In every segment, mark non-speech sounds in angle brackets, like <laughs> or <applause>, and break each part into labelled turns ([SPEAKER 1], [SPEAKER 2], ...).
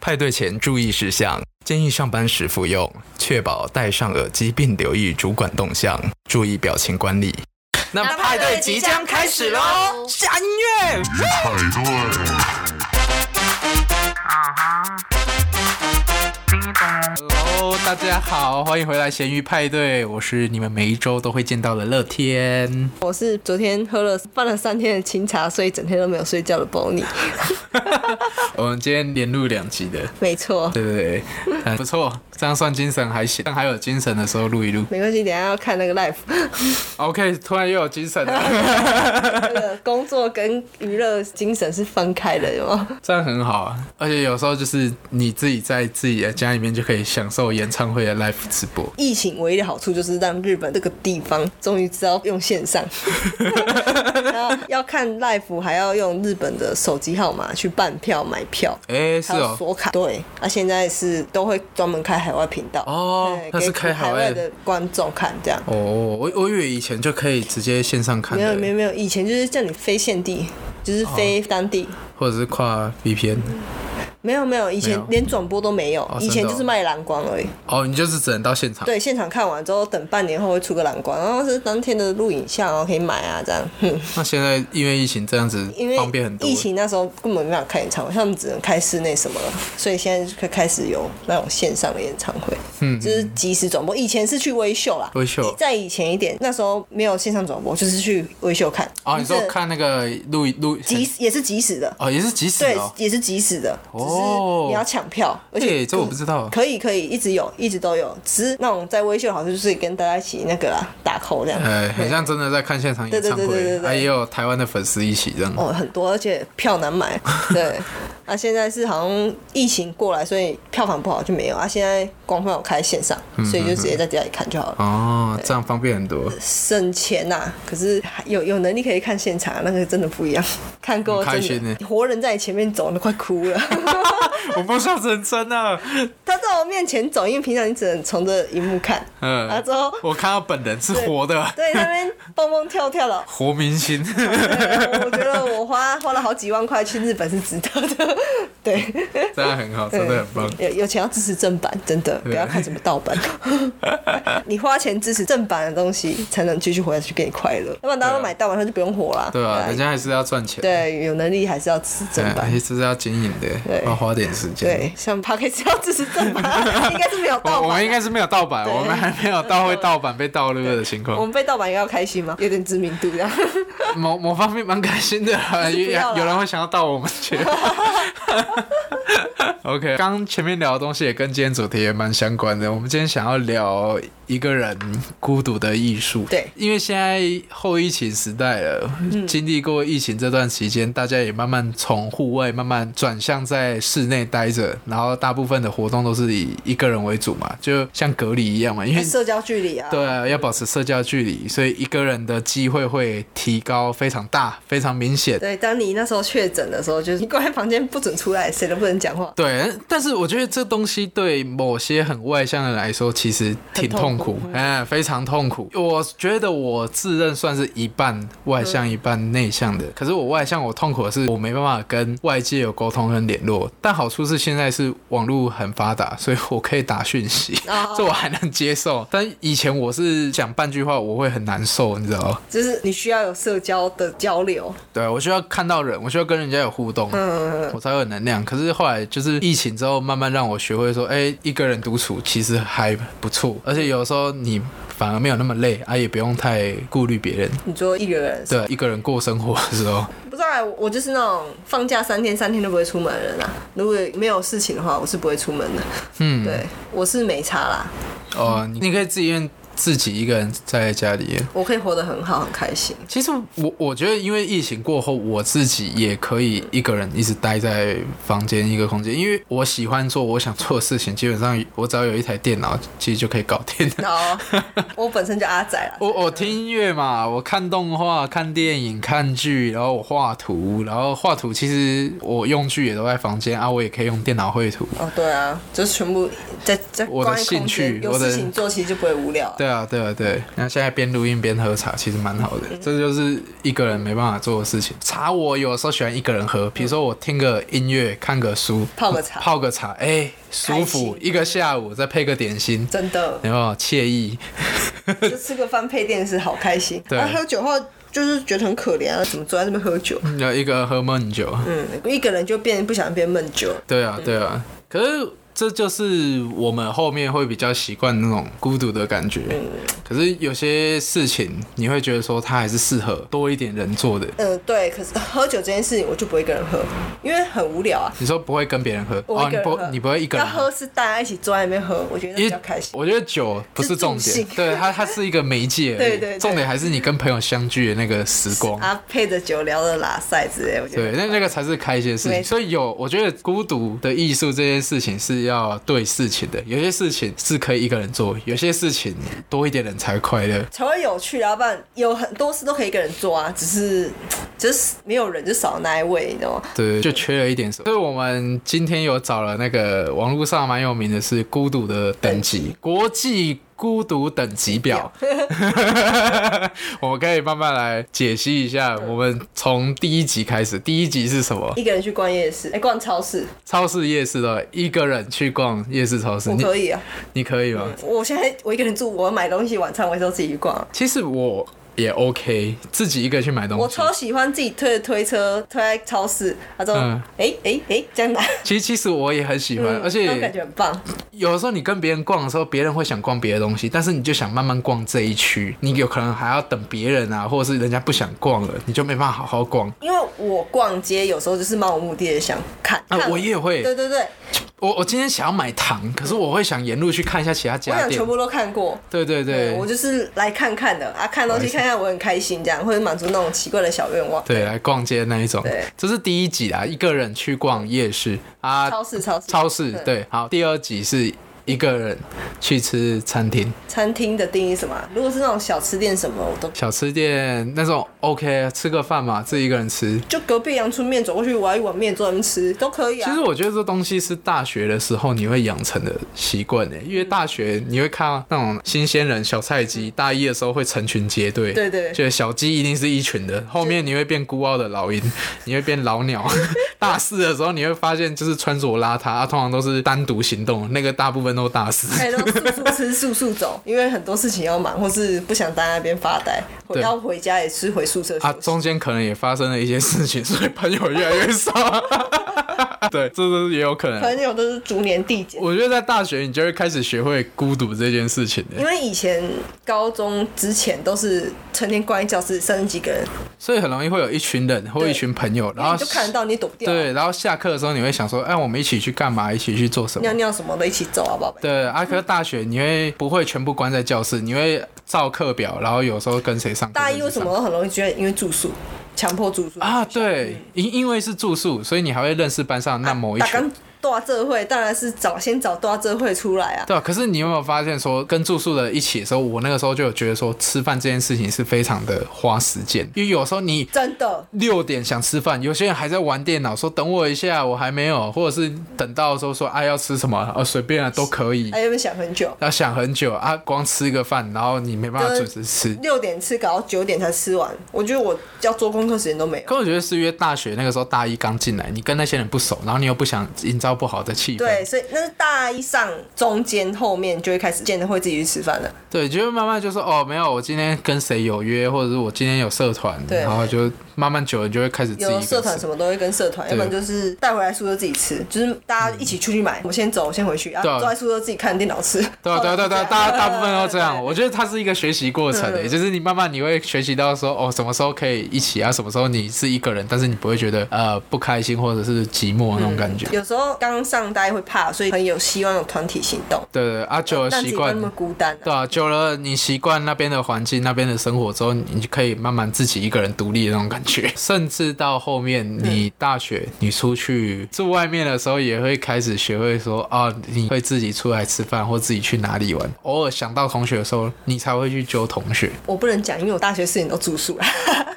[SPEAKER 1] 派对前注意事项：建议上班时服用，确保戴上耳机并留意主管动向，注意表情管理。那派对即将开始喽！下音乐。
[SPEAKER 2] 派对，
[SPEAKER 1] Hello，大家好，欢迎回来咸鱼派对，我是你们每一周都会见到的乐天。
[SPEAKER 3] 我是昨天喝了放了三天的清茶，所以整天都没有睡觉的 Bonnie。
[SPEAKER 1] 我们今天连录两集的，
[SPEAKER 3] 没错，
[SPEAKER 1] 对不对？嗯，不错，这样算精神还行，但还有精神的时候录一录。
[SPEAKER 3] 没关系，等一下要看那个 life，
[SPEAKER 1] OK，突然又有精神
[SPEAKER 3] <laughs>
[SPEAKER 1] 了，
[SPEAKER 3] 那个工作跟娱乐精神是分开的，有吗？
[SPEAKER 1] 这样很好啊。而且有时候就是你自己在自己的家里面就可以享受演唱会的 live 直播。
[SPEAKER 3] 疫情唯一的好处就是让日本这个地方终于知道用线上，然后要看 live 还要用日本的手机号码去办票买票，
[SPEAKER 1] 哎，是
[SPEAKER 3] 还有
[SPEAKER 1] 哦，
[SPEAKER 3] 锁卡。对，啊，现在是都会专门开海外频道
[SPEAKER 1] 哦
[SPEAKER 3] 对
[SPEAKER 1] 那是
[SPEAKER 3] 给
[SPEAKER 1] 开海
[SPEAKER 3] 海
[SPEAKER 1] 外
[SPEAKER 3] 外
[SPEAKER 1] 的
[SPEAKER 3] 的观众看这样。
[SPEAKER 1] 哦，我我以为以前就可以直接线上看
[SPEAKER 3] 没有没
[SPEAKER 1] 的，
[SPEAKER 3] 有没有，以前就是叫你飞现地，就是飞当地。
[SPEAKER 1] 或者是跨 VPN。
[SPEAKER 3] 嗯没有没有，以
[SPEAKER 1] 没
[SPEAKER 3] 前
[SPEAKER 1] 有
[SPEAKER 3] 连转播都没有，
[SPEAKER 1] 哦
[SPEAKER 3] 以前
[SPEAKER 1] 真的哦
[SPEAKER 3] 就是卖蓝光而已。
[SPEAKER 1] 哦，你就是只能到现场。
[SPEAKER 3] 对，现场看完之后，等半年后会出个蓝光，然后是当天的录影像，然后可以买啊，这样。 <laughs> 哼，
[SPEAKER 1] 那现在因为疫情这样子
[SPEAKER 3] 因为
[SPEAKER 1] 方便很多。
[SPEAKER 3] 疫情那时候根本没办法看演唱会，他们只能开室内什么了，所以现在就可以开始有那种线上的演唱会，
[SPEAKER 1] 嗯
[SPEAKER 3] 就是即时转播。以前是去微秀啦，
[SPEAKER 1] 微秀
[SPEAKER 3] 在以前一点，那时候没有线上转播，就是去微秀看。
[SPEAKER 1] 哦，你说
[SPEAKER 3] 就是
[SPEAKER 1] 看那个录录
[SPEAKER 3] 即时也是即时的，
[SPEAKER 1] 哦，也是即时
[SPEAKER 3] 对
[SPEAKER 1] 哦，。
[SPEAKER 3] 也是即时的，只
[SPEAKER 1] 哦
[SPEAKER 3] 是你要抢票，而
[SPEAKER 1] 哎，
[SPEAKER 3] 且
[SPEAKER 1] 这我不知道。
[SPEAKER 3] 可以可以一直有，一直都有，只是那种在微秀好像就是跟大家一起那个啦打 call 这样。
[SPEAKER 1] 呃，很像真的在看现场演唱
[SPEAKER 3] 对对对
[SPEAKER 1] 会
[SPEAKER 3] 对对，对
[SPEAKER 1] 啊也有台湾的粉丝一起这样。
[SPEAKER 3] 哦，很多，而且票难
[SPEAKER 1] <laughs>
[SPEAKER 3] 买。对，啊，现在是好像疫情过来，所以票房不好就没有啊。现在官方有开线上，所以就直接在家里看就好了，
[SPEAKER 1] 嗯哦，这样方便很多，
[SPEAKER 3] 省钱呐、可是还有有能力可以看现场，啊那个真的不一样。 <laughs> 看够
[SPEAKER 1] 很开
[SPEAKER 3] 真
[SPEAKER 1] 心
[SPEAKER 3] 的
[SPEAKER 1] 欸
[SPEAKER 3] 活人在你前面走，你都快哭了。 <laughs>
[SPEAKER 1] 我不想认真啊。
[SPEAKER 3] 他在我面前走，因为平常你只能从这荧幕看，
[SPEAKER 1] <laughs> 嗯
[SPEAKER 3] 啊然后之后
[SPEAKER 1] 我看到本人是活的，
[SPEAKER 3] 对那边蹦蹦跳跳的，
[SPEAKER 1] <laughs> 活明星。
[SPEAKER 3] <laughs> 对我觉得我花花了好几万块去日本是值得的， <laughs> 对，嗯
[SPEAKER 1] 这样很好，真的很棒。
[SPEAKER 3] 有有钱要支持正版，真的不要看什么
[SPEAKER 1] <laughs>
[SPEAKER 3] 盗版。你花钱支持正版的东西，才能继续活下去，给你快乐。要不然大家都买盗版，他就不用活啦。
[SPEAKER 1] 对啊，人家还是要赚钱，
[SPEAKER 3] 对有能力还是要支持正
[SPEAKER 1] 对，
[SPEAKER 3] 版。
[SPEAKER 1] 还是要经营的，要花点时间。
[SPEAKER 3] 对，像 p a c k e 要支持正版，
[SPEAKER 1] <laughs>
[SPEAKER 3] 应该是没有
[SPEAKER 1] 我
[SPEAKER 3] 盗
[SPEAKER 1] 我们
[SPEAKER 3] 版啊
[SPEAKER 1] 应。该是没有盗版，
[SPEAKER 3] 对
[SPEAKER 1] 我们还没有到会盗版被盗录的情
[SPEAKER 3] 我
[SPEAKER 1] 况。
[SPEAKER 3] 们被盗版应该要开心吗？有点知名度这样。
[SPEAKER 1] 某某方面蛮开心的啊，
[SPEAKER 3] 是不
[SPEAKER 1] 有
[SPEAKER 3] 要啦
[SPEAKER 1] 有人会想要盗我们去。OK，刚前面聊的东西也跟今天主题也蛮相关的。我们今天想要聊一个人孤独的艺术。
[SPEAKER 3] 对嗯
[SPEAKER 1] 因为现在后疫情时代了，经历过疫情这段期间，大家也慢慢从户外慢慢转向在室内待着，然后大部分的活动都是以一个人为主嘛，就像隔离一样 <laughs> 嘛，因为
[SPEAKER 3] 社交距离啊，
[SPEAKER 1] 对啊，要保持社交距离，所以一个人的机会会提高非常大，非常明显。
[SPEAKER 3] 对，当你那时候确诊的时候，就是你关在房间不准出来，谁都不能讲话。
[SPEAKER 1] 对，但是我觉得这东西对某些很外向的人来说，其实挺痛苦，嗯，非常痛苦。我觉得我自认算是一半外向、一半内向的，可是我外向，我痛苦的是我没办法跟外界有沟通跟联络。但好处是现在是网络很发达，所以我可以打讯息，
[SPEAKER 3] 哦
[SPEAKER 1] 这我还能接受。但以前我是讲半句话，我会很难受，你知道吗？
[SPEAKER 3] 就是你需要有社交的交流，
[SPEAKER 1] 对，我需要看到人，我需要跟人家有互动，我才会有能量。可是后来就是疫情之后，慢慢让我学会说，哎、一个人独处其实还不错，而且有时候你反而没有那么累，啊，也不用太顾虑别人。
[SPEAKER 3] 你说一个人，
[SPEAKER 1] 对，一个人过生活的时候，
[SPEAKER 3] 不知道、欸、我我就是那种放假三天三天都不会出门的人啊。如果没有事情的话，我是不会出门的。
[SPEAKER 1] 嗯，
[SPEAKER 3] 对，我是没差啦，
[SPEAKER 1] 哦、你你可以自愿自己一个人在家里。
[SPEAKER 3] 我可以活得很好，很开心。
[SPEAKER 1] 其实我我觉得，因为疫情过后，我自己也可以一个人一直待在房间一个空间，因为我喜欢做我想做的事情，基本上我只要有一台电脑，其实就可以搞定了。
[SPEAKER 3] 然
[SPEAKER 1] <laughs>
[SPEAKER 3] 后哦我本身就阿仔啦，
[SPEAKER 1] 我我听音乐嘛，我看动画、看电影、看剧，然后我画图，然后画图其实我用具也都在房间啊，我也可以用电脑绘图。
[SPEAKER 3] 哦对啊，就是全部在在
[SPEAKER 1] 我的
[SPEAKER 3] 关在空
[SPEAKER 1] 兴趣
[SPEAKER 3] 间有
[SPEAKER 1] 我的
[SPEAKER 3] 事情做，其实就不会无聊啊、
[SPEAKER 1] 对啊，对啊，对。那现在边录音边喝茶，其实蛮好的。
[SPEAKER 3] 嗯
[SPEAKER 1] 这就是一个人没办法做的事情。茶我有时候喜欢一个人喝，比如说我听个音乐、看个书、
[SPEAKER 3] 嗯泡个
[SPEAKER 1] <laughs>
[SPEAKER 3] 茶
[SPEAKER 1] 泡个茶，哎、舒服
[SPEAKER 3] 开心
[SPEAKER 1] 一个下午，再配个点心，
[SPEAKER 3] 真的，
[SPEAKER 1] 有没有惬意？ <laughs>
[SPEAKER 3] 就吃个饭配电视，好开心。
[SPEAKER 1] 对
[SPEAKER 3] 啊，喝酒后就是觉得很可怜啊，怎么坐在那边喝酒？
[SPEAKER 1] 有一个人喝闷酒。
[SPEAKER 3] 嗯，一个人就变不想变闷酒。
[SPEAKER 1] 对啊，对啊。可是这就是我们后面会比较习惯那种孤独的感觉。可是有些事情你会觉得说，它还是适合多一点人做的。
[SPEAKER 3] 嗯，对。可是喝酒这件事情，我就不会一个人喝，因为很无聊啊。
[SPEAKER 1] 你说不会跟别人喝
[SPEAKER 3] 我
[SPEAKER 1] 哦，你
[SPEAKER 3] 一个人喝，
[SPEAKER 1] 不你不会一个人
[SPEAKER 3] 要喝是大家一起坐在那边喝，我觉得比
[SPEAKER 1] 一
[SPEAKER 3] 较开心。
[SPEAKER 1] 我觉得酒不是重
[SPEAKER 3] 是助
[SPEAKER 1] 点
[SPEAKER 3] 兴，
[SPEAKER 1] 对它它是一个媒介而已，
[SPEAKER 3] <laughs> 对对对
[SPEAKER 1] 重点还是你跟朋友相聚的那个时光。
[SPEAKER 3] 啊，配着酒聊的拉塞之类，我觉
[SPEAKER 1] 对，
[SPEAKER 3] 得
[SPEAKER 1] 那那个才是开心的事情。
[SPEAKER 3] 没错
[SPEAKER 1] 所以有，我觉得孤独的艺术这件事情是要对事情的。有些事情是可以一个人做，有些事情多一点人才会快乐。
[SPEAKER 3] 才会有趣啊。不然有很多事都可以一个人做啊，只是就是没有人，就少那一位，你知道吗？
[SPEAKER 1] 对，就缺了一点什么。所以我们今天有找了那个网络上蛮有名的是孤独的等级，国际孤独等级表。 <laughs> 我们可以慢慢来解析一下。我们从第一集开始，第一集是什么？
[SPEAKER 3] 一个人去逛夜市，哎、逛超市，
[SPEAKER 1] 超市、夜市的，一个人去逛夜市、超市，
[SPEAKER 3] 我
[SPEAKER 1] 你
[SPEAKER 3] 可以啊。
[SPEAKER 1] 你可以吗？
[SPEAKER 3] 我现在我一个人住，我买东西、晚餐我也都自己去逛啊。
[SPEAKER 1] 其实我也 OK，自己一个人去买东
[SPEAKER 3] 我
[SPEAKER 1] 西。
[SPEAKER 3] 超喜欢自己推着推车推在超市，他说
[SPEAKER 1] 嗯：“
[SPEAKER 3] 哎哎哎，这样拿。
[SPEAKER 1] 其实其实我也很喜欢，
[SPEAKER 3] 嗯”
[SPEAKER 1] 而
[SPEAKER 3] 那种感
[SPEAKER 1] 且
[SPEAKER 3] 觉很棒。
[SPEAKER 1] 有的时候你跟别人逛的时候，别人会想逛别的东西，但是你就想慢慢逛这一区，你有可能还要等别人啊，或者是人家不想逛了，你就没办法好好逛。
[SPEAKER 3] 因为我逛街有时候就是漫无目的的想看，
[SPEAKER 1] 啊
[SPEAKER 3] 看
[SPEAKER 1] 我也会
[SPEAKER 3] 对对对，
[SPEAKER 1] 我我今天想要买糖，可是我会想沿路去看一下其他
[SPEAKER 3] 我
[SPEAKER 1] 家
[SPEAKER 3] 想
[SPEAKER 1] 店
[SPEAKER 3] 全。部都看过。
[SPEAKER 1] 对对对
[SPEAKER 3] 我，就是来看看的啊，看东
[SPEAKER 1] 不好
[SPEAKER 3] 西
[SPEAKER 1] 意思
[SPEAKER 3] 看看，我很开心这样，或者满足那种奇怪的小愿望。
[SPEAKER 1] 对，来逛街那一种
[SPEAKER 3] 对。
[SPEAKER 1] 这是第一集啦，一个人去逛夜市啊，
[SPEAKER 3] 超市超市
[SPEAKER 1] 超市对。好，第二集是一个人去吃餐厅。
[SPEAKER 3] 餐厅的定义是什么啊？如果是那种小吃店什么，我都
[SPEAKER 1] 小吃店那种 OK，吃个饭嘛，自己一个人吃。
[SPEAKER 3] 就隔壁阳春面走过去，我要一碗面坐在那边吃都可以啊。
[SPEAKER 1] 其实我觉得这东西是大学的时候你会养成的习惯
[SPEAKER 3] 嗯
[SPEAKER 1] 诶，因为大学你会看到那种新鲜人小菜鸡，大一的时候会成群结队，
[SPEAKER 3] 嗯对对
[SPEAKER 1] 就是小鸡一定是一群的，后面你会变孤傲的老鹰，你会变老
[SPEAKER 3] <laughs>
[SPEAKER 1] 鸟。大四的时候你会发现就是穿着邋遢，啊、通常都是单独行动，那个大部分都大四。
[SPEAKER 3] 哎，都速速吃 <laughs> 速速走，因为很多事情要忙，或是不想待在那边发呆，我
[SPEAKER 1] 对
[SPEAKER 3] 要回家也是回宿舍
[SPEAKER 1] 啊，
[SPEAKER 3] 休息。
[SPEAKER 1] 中间可能也发生了一些事情，所以朋友越来越
[SPEAKER 3] <laughs>
[SPEAKER 1] 少。对，这都是也有可能。
[SPEAKER 3] 朋友都是逐年递减。
[SPEAKER 1] 我觉得在大学你就会开始学会孤独这件事情欸的
[SPEAKER 3] 因，为以前高中之前都是成天关一教室三十几个人，
[SPEAKER 1] 所以很容易会有一群人或
[SPEAKER 3] 对
[SPEAKER 1] 一群朋友，然
[SPEAKER 3] 然后
[SPEAKER 1] 后
[SPEAKER 3] 你就看得到，你也躲不掉啊、
[SPEAKER 1] 对，然后下课的时候你会想说，哎，我们一起去干嘛？一起去做什么
[SPEAKER 3] 尿？尿什么的一起走啊，宝贝。
[SPEAKER 1] 对，啊，可是大学你会不会全部关在教室？你会照课表，然后有时候跟谁上课？
[SPEAKER 3] 大一为
[SPEAKER 1] 跟谁
[SPEAKER 3] 什
[SPEAKER 1] 上
[SPEAKER 3] 么都很容易觉得因为住宿，强迫住宿
[SPEAKER 1] 啊？对，因因为是住宿，所以你还会认识班上那某一
[SPEAKER 3] 打
[SPEAKER 1] 群
[SPEAKER 3] 刚大这会当然是找先找大这会出来啊。
[SPEAKER 1] 对啊，可是你有没有发现说，跟住宿的一起的时候，我那个时候就有觉得说，吃饭这件事情是非常的花时间，因为有时候你
[SPEAKER 3] 真的，
[SPEAKER 1] 六点想吃饭，有些人还在玩电脑，说等我一下，我还没有，或者是等到的时候说啊要吃什么，啊随便啊都可以，
[SPEAKER 3] 还有没有想很久？
[SPEAKER 1] 要想很久啊，光吃个饭，然后你没办法
[SPEAKER 3] 对
[SPEAKER 1] 准时吃。
[SPEAKER 3] 六点吃，搞到九点才吃完。我觉得我要做功课时间都没有。
[SPEAKER 1] 可我觉得是因为大学那个时候大一刚进来，你跟那些人不熟，然后你又不想营造不好的气氛，
[SPEAKER 3] 对，所以那是大一上中间后面就会开始见得会自己去吃饭了。
[SPEAKER 1] 对，就会慢慢就说哦，没有，我今天跟谁有约，或者是我今天有社团，
[SPEAKER 3] 对
[SPEAKER 1] 然后就慢慢久了就会开始自己一个
[SPEAKER 3] 有
[SPEAKER 1] 人
[SPEAKER 3] 社团
[SPEAKER 1] 吃
[SPEAKER 3] 什么都会跟社团，要
[SPEAKER 1] 对
[SPEAKER 3] 不然就是带回来宿舍自己吃，就是大家一起出去买，我先走，我先回去，啊，
[SPEAKER 1] 对啊
[SPEAKER 3] 坐在宿舍自己看电脑吃。
[SPEAKER 1] 对啊对啊对啊
[SPEAKER 3] <laughs>
[SPEAKER 1] 对啊，大家大部分都这样。
[SPEAKER 3] 对
[SPEAKER 1] 我觉得它是一个学习过程的，
[SPEAKER 3] 嗯
[SPEAKER 1] 也就是你慢慢你会学习到说，哦，什么时候可以一起啊，什么时候你是一个人，但是你不会觉得呃不开心或者是寂寞那种感觉。
[SPEAKER 3] 有时候刚上大家会怕，所以很有希望有团体行动，
[SPEAKER 1] 对对，啊，久了
[SPEAKER 3] 让自
[SPEAKER 1] 习
[SPEAKER 3] 己不要
[SPEAKER 1] 惯
[SPEAKER 3] 那，么孤单、
[SPEAKER 1] 对
[SPEAKER 3] 啊。
[SPEAKER 1] 啊，久了你习惯那边的环境、那边的生活之后，你就可以慢慢自己一个人独立的那种感
[SPEAKER 3] <laughs>
[SPEAKER 1] 觉。甚至到后面
[SPEAKER 3] 嗯
[SPEAKER 1] 你大学你出去住外面的时候，也会开始学会说啊，你会自己出来吃饭或自己去哪里玩。偶尔想到同学的时候，你才会去揪同学。
[SPEAKER 3] 我不能讲，因为我大学四年都住宿 <laughs> 了。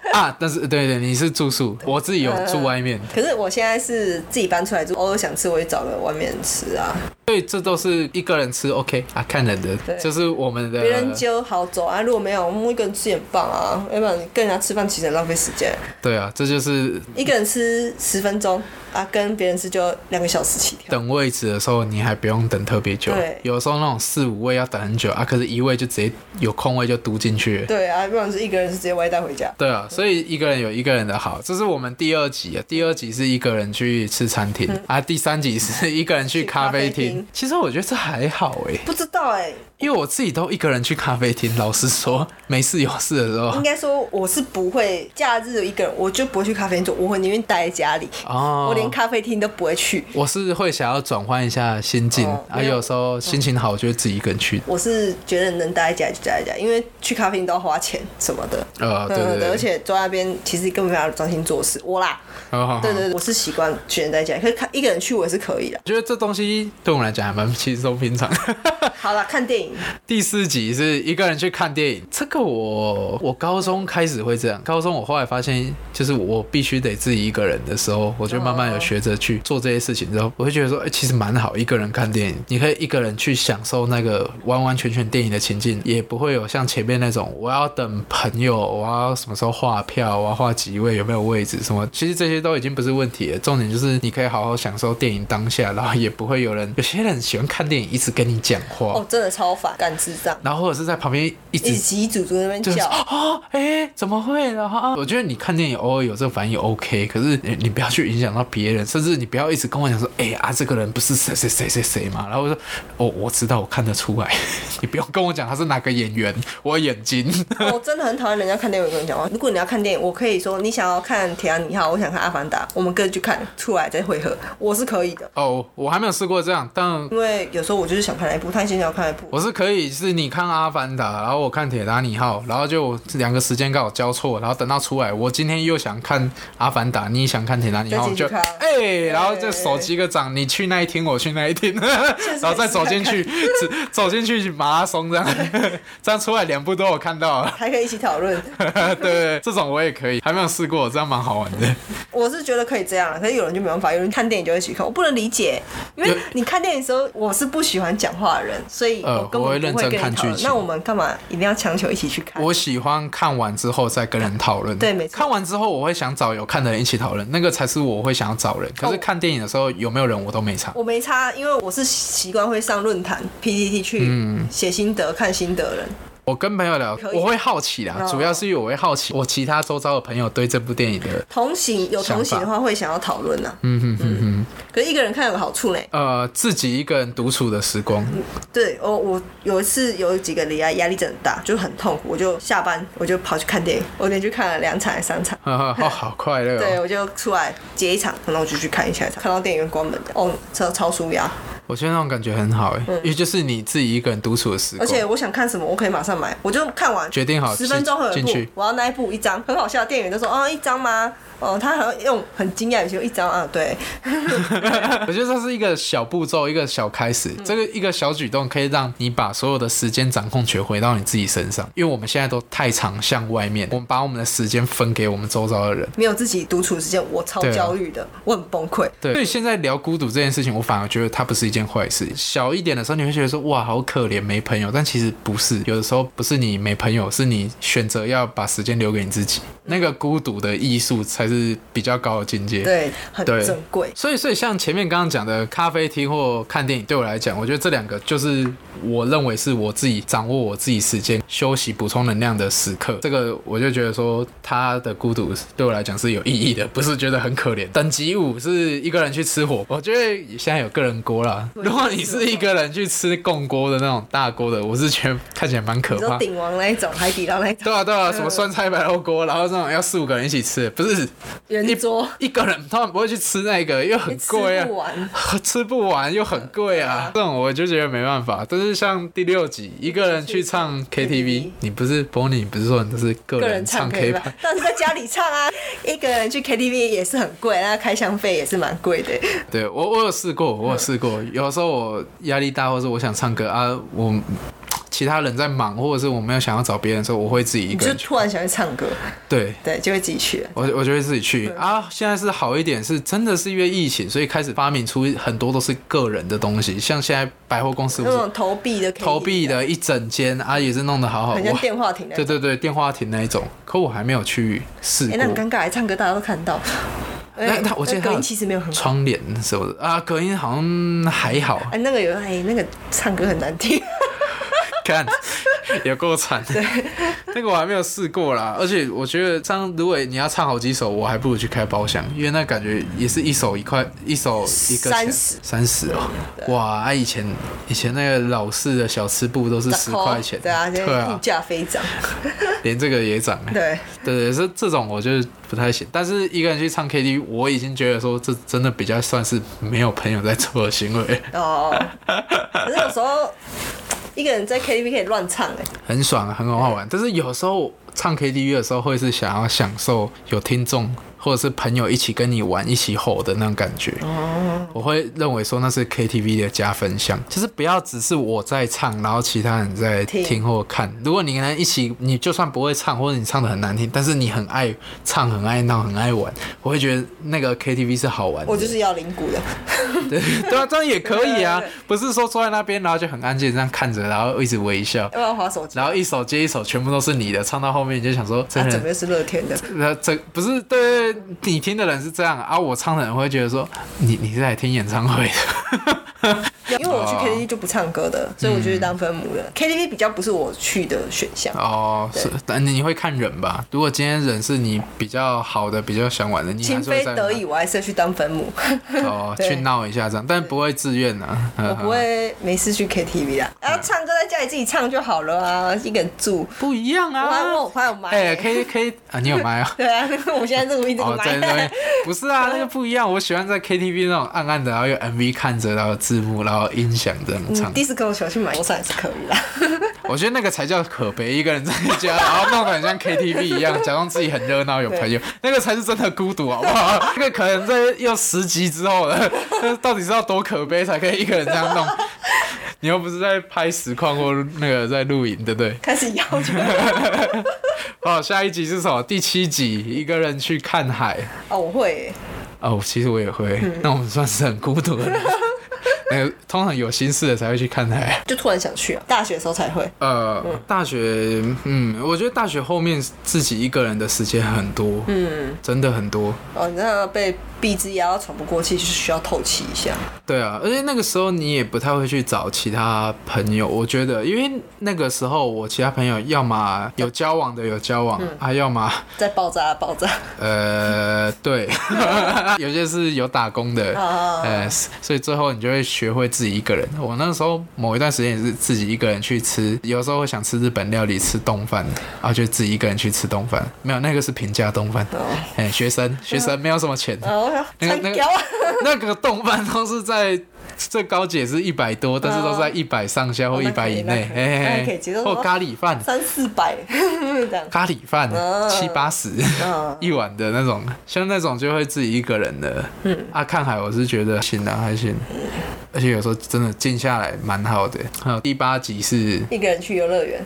[SPEAKER 1] <laughs> 啊，但是对对，你是住宿，我呃自己有住外面。
[SPEAKER 3] 可是我现在是自己搬出来住，偶尔想吃我也找个外面吃啊。
[SPEAKER 1] 所以这都是一个人吃 OK 啊，看人的
[SPEAKER 3] 对，
[SPEAKER 1] 这是我们的
[SPEAKER 3] 别人揪好走啊，如果没有，我们一个人吃也很棒啊，要不然你跟人家吃饭其实很浪费时间，
[SPEAKER 1] 对啊，这就是
[SPEAKER 3] 一个人吃十分钟啊，跟别人吃就两个小时起跳。
[SPEAKER 1] 等位置的时候，你还不用等特别久
[SPEAKER 3] 对，
[SPEAKER 1] 有时候那种四五位要等很久啊，可是一位就直接有空位就嘟进去了。
[SPEAKER 3] 对啊，不然是一个人是直接外带回家。
[SPEAKER 1] 对啊，所以一个人有一个人的好，这是我们第二集啊。第二集是一个人去吃餐厅、啊，第三集是一个人去咖啡
[SPEAKER 3] 去咖啡
[SPEAKER 1] 厅
[SPEAKER 3] 厅。
[SPEAKER 1] 其实我觉得这还好诶，
[SPEAKER 3] 不知道哎、
[SPEAKER 1] 因为我自己都一个人去咖啡厅。老实说，没事有事的时候
[SPEAKER 3] 应该说我是不会假日一个人，我就不会去咖啡厅做，我会宁愿待在家里，
[SPEAKER 1] 哦，
[SPEAKER 3] 我连咖啡厅都不会去。
[SPEAKER 1] 我是会想要转换一下心境、
[SPEAKER 3] 哦
[SPEAKER 1] 啊，
[SPEAKER 3] 没有
[SPEAKER 1] 有时候心情好，我就会自己一个人去。
[SPEAKER 3] 我是觉得能待在家就待在家，因为去咖啡厅都要花钱什么的。
[SPEAKER 1] 呃，对
[SPEAKER 3] 嗯
[SPEAKER 1] 对对，
[SPEAKER 3] 而且坐在那边其实根本没法专心做事。我啦，
[SPEAKER 1] 哦
[SPEAKER 3] 对对对，我是习惯去人在家，可是看一个人去我也是可以的。
[SPEAKER 1] 我觉得这东西对我们来讲还蛮轻松平常。
[SPEAKER 3] 好了，看电影，
[SPEAKER 1] 第四集是一个人去看电影，这个我我高中开始会这样，高中我后来发现，就是我必须得自己一个人的时候，我就慢慢有学着去做这些事情之后，我会觉得说，哎、其实蛮好，一个人看电影，你可以一个人去享受那个完完全全电影的情境，也不会有像前面那种我要等朋友，我要什么时候划票，我要划几位，有没有位置什么，其实这些都已经不是问题了，重点就是你可以好好享受电影当下，然后也不会有人，有些人喜欢看电影一直跟你讲话。
[SPEAKER 3] 哦，真的超烦，干智障，
[SPEAKER 1] 然后或者是在旁边一
[SPEAKER 3] 一
[SPEAKER 1] 直
[SPEAKER 3] 集组组那边
[SPEAKER 1] 就是
[SPEAKER 3] 叫。
[SPEAKER 1] 啊，哎、怎么会然后啊，我觉得你看电影偶尔有这个反应也 OK，可是你你不要去影响到别人，甚至你不要一直跟我讲说，哎、啊，这个人不是谁谁谁谁谁嘛。然后我说，哦，我知道，我看得出来， <laughs> 你不用跟我讲他是哪个演员，我眼睛。 <laughs>
[SPEAKER 3] 我哦真的很讨厌人家看电影跟你讲话。如果你要看电影，我可以说你想要看《铁达尼号》，我想看《阿凡达》，我们各自去看，出来再汇合，我是可以的。
[SPEAKER 1] 哦，我还没有试过这样，但
[SPEAKER 3] 因为有时候我就是想看那一部，他先想要看那一部，
[SPEAKER 1] 我是可以是你看《阿凡达》，然后我看《铁达尼号》，然后就两个时间刚好交错，然后等到出来，我今天又想看《阿凡达》，你也想看《铁达尼号》，
[SPEAKER 3] 就进
[SPEAKER 1] 就
[SPEAKER 3] 去看
[SPEAKER 1] 哎、然后就手机个掌，你去那一厅，我去那一厅，然后再走进去，只走进去马拉松这
[SPEAKER 3] <laughs>
[SPEAKER 1] 样，这样出来两部都有看到了。 <laughs>
[SPEAKER 3] 还可以一起讨论。
[SPEAKER 1] 对，这种我也可以，还没有试过，这样蛮好玩的。
[SPEAKER 3] 我是觉得可以这样啦，可是有人就没办法，有人看电影就会一起看，我不能理解，因为
[SPEAKER 1] 有
[SPEAKER 3] 你看电影的时候，我是不喜欢讲话的人，所以
[SPEAKER 1] 呃
[SPEAKER 3] 我根
[SPEAKER 1] 我会
[SPEAKER 3] 本
[SPEAKER 1] 认
[SPEAKER 3] 不会
[SPEAKER 1] 真
[SPEAKER 3] 跟
[SPEAKER 1] 看
[SPEAKER 3] 你讨论
[SPEAKER 1] 剧。情
[SPEAKER 3] 那我们干嘛一定要强求一起去看？
[SPEAKER 1] 我喜欢看完之后再跟人讨论，
[SPEAKER 3] 对没错
[SPEAKER 1] 看完之后我会想找有看的人一起讨论，那个才是我会想要找人。可是
[SPEAKER 3] 哦
[SPEAKER 1] 看电影的时候有没有人我都没差。
[SPEAKER 3] 我没差，啊因为我是习惯会上论坛 PPT 去
[SPEAKER 1] 嗯
[SPEAKER 3] 写心得、看心得的人。
[SPEAKER 1] 我跟朋友聊
[SPEAKER 3] 可，以
[SPEAKER 1] 我会好奇啦，
[SPEAKER 3] 哦
[SPEAKER 1] 主要是因为我会好奇我其他周遭的朋友对这部电影的，
[SPEAKER 3] 同行有同行的话，会想要讨论呐。嗯嗯嗯。可是一个人看有个好处呢。
[SPEAKER 1] 呃，自己一个人独处的时光。
[SPEAKER 3] 嗯对，我我有一次有几个礼拜压力真的很大，就很痛苦，我就下班我就跑去看电影，我连续看了两场还是三场。
[SPEAKER 1] 呵呵， <laughs> 哦，好快乐
[SPEAKER 3] 对，
[SPEAKER 1] 哦！
[SPEAKER 3] 我就出来接一场，然后我就去看一下一场，看到电影院关门的，哦，超超舒压。
[SPEAKER 1] 我觉得那种感觉很好哎，因为就是你自己一个人独处的时
[SPEAKER 3] 嗯而
[SPEAKER 1] 光。
[SPEAKER 3] 且我想看什么，我可以马上买，我就看完，
[SPEAKER 1] 决定好
[SPEAKER 3] 十分钟会有一
[SPEAKER 1] 进去
[SPEAKER 3] 部，我要那一部一张，很好笑。店员就说：“哦，一张吗？”哦，他好像用很惊讶语气说：“一张啊，对，
[SPEAKER 1] <laughs> 我觉得这是一个小步骤，一个小开始，这个一个小举动可以让你把所有的时间掌控权回到你自己身上。因为我们现在都太常向外面，我们把我们的时间分给我们周遭的人。
[SPEAKER 3] 没有自己独处时间，我超
[SPEAKER 1] 对啊
[SPEAKER 3] 焦虑的，我很崩溃。
[SPEAKER 1] 对，所以现在聊孤独这件事情，我反而觉得它不是一件坏事。小一点的时候，你会觉得说哇，好可怜，没朋友。但其实不是，有的时候不是你没朋友，是你选择要把时间留给你自己。那个孤独的艺术才是比较高的境界。。
[SPEAKER 3] 对，很
[SPEAKER 1] 对
[SPEAKER 3] 珍贵。
[SPEAKER 1] 所以，所以像前面刚刚讲的咖啡厅或看电影，对我来讲，我觉得这两个就是我认为是我自己掌握我自己时间、休息、补充能量的时刻。这个我就觉得说，他的孤独对我来讲是有意义的，不是觉得很可怜。等级五是一个人去吃火锅，我觉得现在有个人锅啦。
[SPEAKER 3] 对
[SPEAKER 1] 如果你是一个人去吃共锅的那种大锅的，我是觉得 <laughs> 看起来蛮可
[SPEAKER 3] 你说
[SPEAKER 1] 怕。
[SPEAKER 3] 鼎王那一种，海底捞那一种，
[SPEAKER 1] 对啊，对啊，什么酸菜白肉锅，然后这种要四五个人一起吃，不是
[SPEAKER 3] 圆桌
[SPEAKER 1] 一个人他们不会去吃那个，又很贵啊，
[SPEAKER 3] 吃不完
[SPEAKER 1] <laughs> 吃不完又很贵啊，这种我就觉得没办法。但是像第六集，一个人去唱 KTV，
[SPEAKER 3] KTV
[SPEAKER 1] 你不是 Bonnie，你不是说你是个
[SPEAKER 3] 个
[SPEAKER 1] 人
[SPEAKER 3] 人唱
[SPEAKER 1] 唱
[SPEAKER 3] 可以
[SPEAKER 1] K
[SPEAKER 3] 吧
[SPEAKER 1] 吧？？
[SPEAKER 3] 但是在家里唱啊，一个人去 KTV 也是很贵，那开箱费也是蛮贵的。
[SPEAKER 1] 对
[SPEAKER 3] <laughs>
[SPEAKER 1] 我，我有试过，我有试过，有时候我压力大，或者我想唱歌啊，我。其他人在忙，或者是我没有想要找别人的时候，我会自己一
[SPEAKER 3] 你
[SPEAKER 1] 个
[SPEAKER 3] 就
[SPEAKER 1] 人去。
[SPEAKER 3] 突然想去唱歌，
[SPEAKER 1] 对，
[SPEAKER 3] 对，就会自己去了。
[SPEAKER 1] 我我就会自己去啊。现在是好一点，是真的是因为疫情，所以开始发明出很多都是个人的东西，像现在百货公司不
[SPEAKER 3] 那
[SPEAKER 1] 是
[SPEAKER 3] 种投币的，
[SPEAKER 1] 投币，的一整间啊，也是弄得好好
[SPEAKER 3] 啊很像
[SPEAKER 1] 哇。
[SPEAKER 3] 电话亭那
[SPEAKER 1] 对
[SPEAKER 3] 种。
[SPEAKER 1] 对对，电话亭那一种，可我还没有去试过。
[SPEAKER 3] 哎、那很尴尬，唱歌大家都看到。哎
[SPEAKER 1] 那他我记得他
[SPEAKER 3] 那
[SPEAKER 1] 有
[SPEAKER 3] 隔音其实没有很好。
[SPEAKER 1] 窗帘什么的啊，隔音好像还好，
[SPEAKER 3] 哎、那个有哎、那个唱歌很难听。
[SPEAKER 1] 看 <laughs> 有够惨。 <laughs> 那个我还没有试过啦，而且我觉得唱，如果你要唱好几首，我还不如去开包厢，因为那感觉也是一首一块，一首一个钱
[SPEAKER 3] 30
[SPEAKER 1] 三十哦，哇！啊，以前以前那个老式的小吃部都是
[SPEAKER 3] <laughs>
[SPEAKER 1] 十块钱，
[SPEAKER 3] 对啊，现
[SPEAKER 1] 对
[SPEAKER 3] 在物
[SPEAKER 1] 啊
[SPEAKER 3] 价飞涨。
[SPEAKER 1] 连这个也涨了。
[SPEAKER 3] 对，
[SPEAKER 1] 对对，是这种我就是不太行。但是一个人去唱 KTV，我已经觉得说这真的比较算是没有朋友在做的行为，
[SPEAKER 3] 哦，可是有时候一个人在 KTV 可以乱唱哎、
[SPEAKER 1] 很爽啊，很好玩。但是有时候唱 KTV 的时候，会是想要享受有听众或者是朋友一起跟你玩、一起吼的那种感觉。
[SPEAKER 3] 哦
[SPEAKER 1] 我会认为说那是 KTV 的加分项，就是不要只是我在唱，然后其他人在
[SPEAKER 3] 听
[SPEAKER 1] 听或看。如果你能一起，你就算不会唱，或者你唱的很难听，但是你很爱唱、很爱闹、很爱玩，我会觉得那个 KTV 是好玩的。
[SPEAKER 3] 我就是要灵骨的。
[SPEAKER 1] 对对啊，这样也可以啊
[SPEAKER 3] <laughs> 对对对，
[SPEAKER 1] 不是说坐在那边然后就很安静这样看着，然后一直微笑。
[SPEAKER 3] 要不要滑手机？
[SPEAKER 1] 然后一首接一首，全部都是你的，唱到后面你就想说，这
[SPEAKER 3] 啊，整
[SPEAKER 1] 人
[SPEAKER 3] 个，是乐天的。
[SPEAKER 1] 那、这不是对对，你听的人是这样啊，我唱的人会觉得说，你你是来听演唱会的，
[SPEAKER 3] 因为我去 KTV 就不唱歌的，所以我就是当分母
[SPEAKER 1] 嗯
[SPEAKER 3] 了。KTV 比较不是我去的选项。
[SPEAKER 1] 哦，是，但你会看人吧？如果今天人是你比较好的、比较想玩的，你还
[SPEAKER 3] 情
[SPEAKER 1] 是会
[SPEAKER 3] 非
[SPEAKER 1] 在
[SPEAKER 3] 得已，我还是要去当分
[SPEAKER 1] <laughs>
[SPEAKER 3] 母，
[SPEAKER 1] 哦
[SPEAKER 3] 对
[SPEAKER 1] 去闹一下这样，但不会自愿啊，
[SPEAKER 3] 我
[SPEAKER 1] 我
[SPEAKER 3] 不会没事去 KTV 啦。
[SPEAKER 1] 嗯
[SPEAKER 3] 然后唱歌在家里自己唱就好了啊，一个人住。
[SPEAKER 1] 不一样
[SPEAKER 3] 我还我
[SPEAKER 1] 啊。
[SPEAKER 3] 还有麦
[SPEAKER 1] 哎、
[SPEAKER 3] 欸，？
[SPEAKER 1] 可以可以啊，你有麦啊
[SPEAKER 3] <laughs> 对啊，那个我现在这个一这个
[SPEAKER 1] 哦，在那
[SPEAKER 3] 麦
[SPEAKER 1] 边，不是
[SPEAKER 3] <laughs>
[SPEAKER 1] 啊，那个不一样。我喜欢在 KTV 那种暗暗的，然后有 MV 看着，然后有字幕，然后音响这样唱。
[SPEAKER 3] 嗯，disco 小去买我算是可以啦。 <laughs>
[SPEAKER 1] <laughs> 我觉得那个才叫可悲，一个人在家，然后弄得很像 KTV 一样，假装自己很热闹有朋友，那个才是真的孤独，好不好？那个可能在要十集之后 <laughs> 了，那到底是要多可悲才可以一个人这样弄？你又不是在拍实况或那个在录影，对不对？
[SPEAKER 3] 开始要求
[SPEAKER 1] <laughs> 好，下一集是什么？第七集，一个人去看海。
[SPEAKER 3] 哦，我会
[SPEAKER 1] 哦，其实我也会，那我们算是很孤独的人。那个通常有心事的才会去看海。
[SPEAKER 3] 欸就突然想去啊，大学的时候才会。
[SPEAKER 1] 呃，大学，嗯，我觉得大学后面自己一个人的时间很多，嗯，真的很多。
[SPEAKER 3] 哦，你知道被壁纸压到喘不过气，就是需要透气一下。
[SPEAKER 1] 对啊，而且那个时候你也不太会去找其他朋友，我觉得，因为那个时候我其他朋友要么有交往的有交往，啊，要么
[SPEAKER 3] 在爆炸爆炸，
[SPEAKER 1] 呃，对， <laughs> 有些是有打工的，
[SPEAKER 3] 啊
[SPEAKER 1] 呃，所以最后你就会学会自己一个人。我那时候某一段时间也是自己一个人去吃，有时候会想吃日本料理，吃冻饭，然后就自己一个人去吃冻饭。没有，那个是平价冻饭，
[SPEAKER 3] 哦
[SPEAKER 1] 哎、学生学生没有什么钱，
[SPEAKER 3] 啊，我想
[SPEAKER 1] 那个
[SPEAKER 3] 参
[SPEAKER 1] 那
[SPEAKER 3] 加
[SPEAKER 1] 个
[SPEAKER 3] 啊。
[SPEAKER 1] <laughs> 那个冻饭都是在。最高解是一百多，但是都是在一百上下或
[SPEAKER 3] 哦
[SPEAKER 1] 一百以内，
[SPEAKER 3] 那可以那可以
[SPEAKER 1] 哎、
[SPEAKER 3] 那可以接受
[SPEAKER 1] 或咖喱饭，
[SPEAKER 3] 三四
[SPEAKER 1] <laughs>
[SPEAKER 3] 百这样。
[SPEAKER 1] 咖喱饭
[SPEAKER 3] 嗯
[SPEAKER 1] 七八十 <laughs> 一碗的那种，像那种就会自己一个人的。嗯，啊，看海我是觉得行啊，还行，而且有时候真的静下来蛮好的。还有第八集是
[SPEAKER 3] 一个人去游
[SPEAKER 1] <laughs>
[SPEAKER 3] 乐园、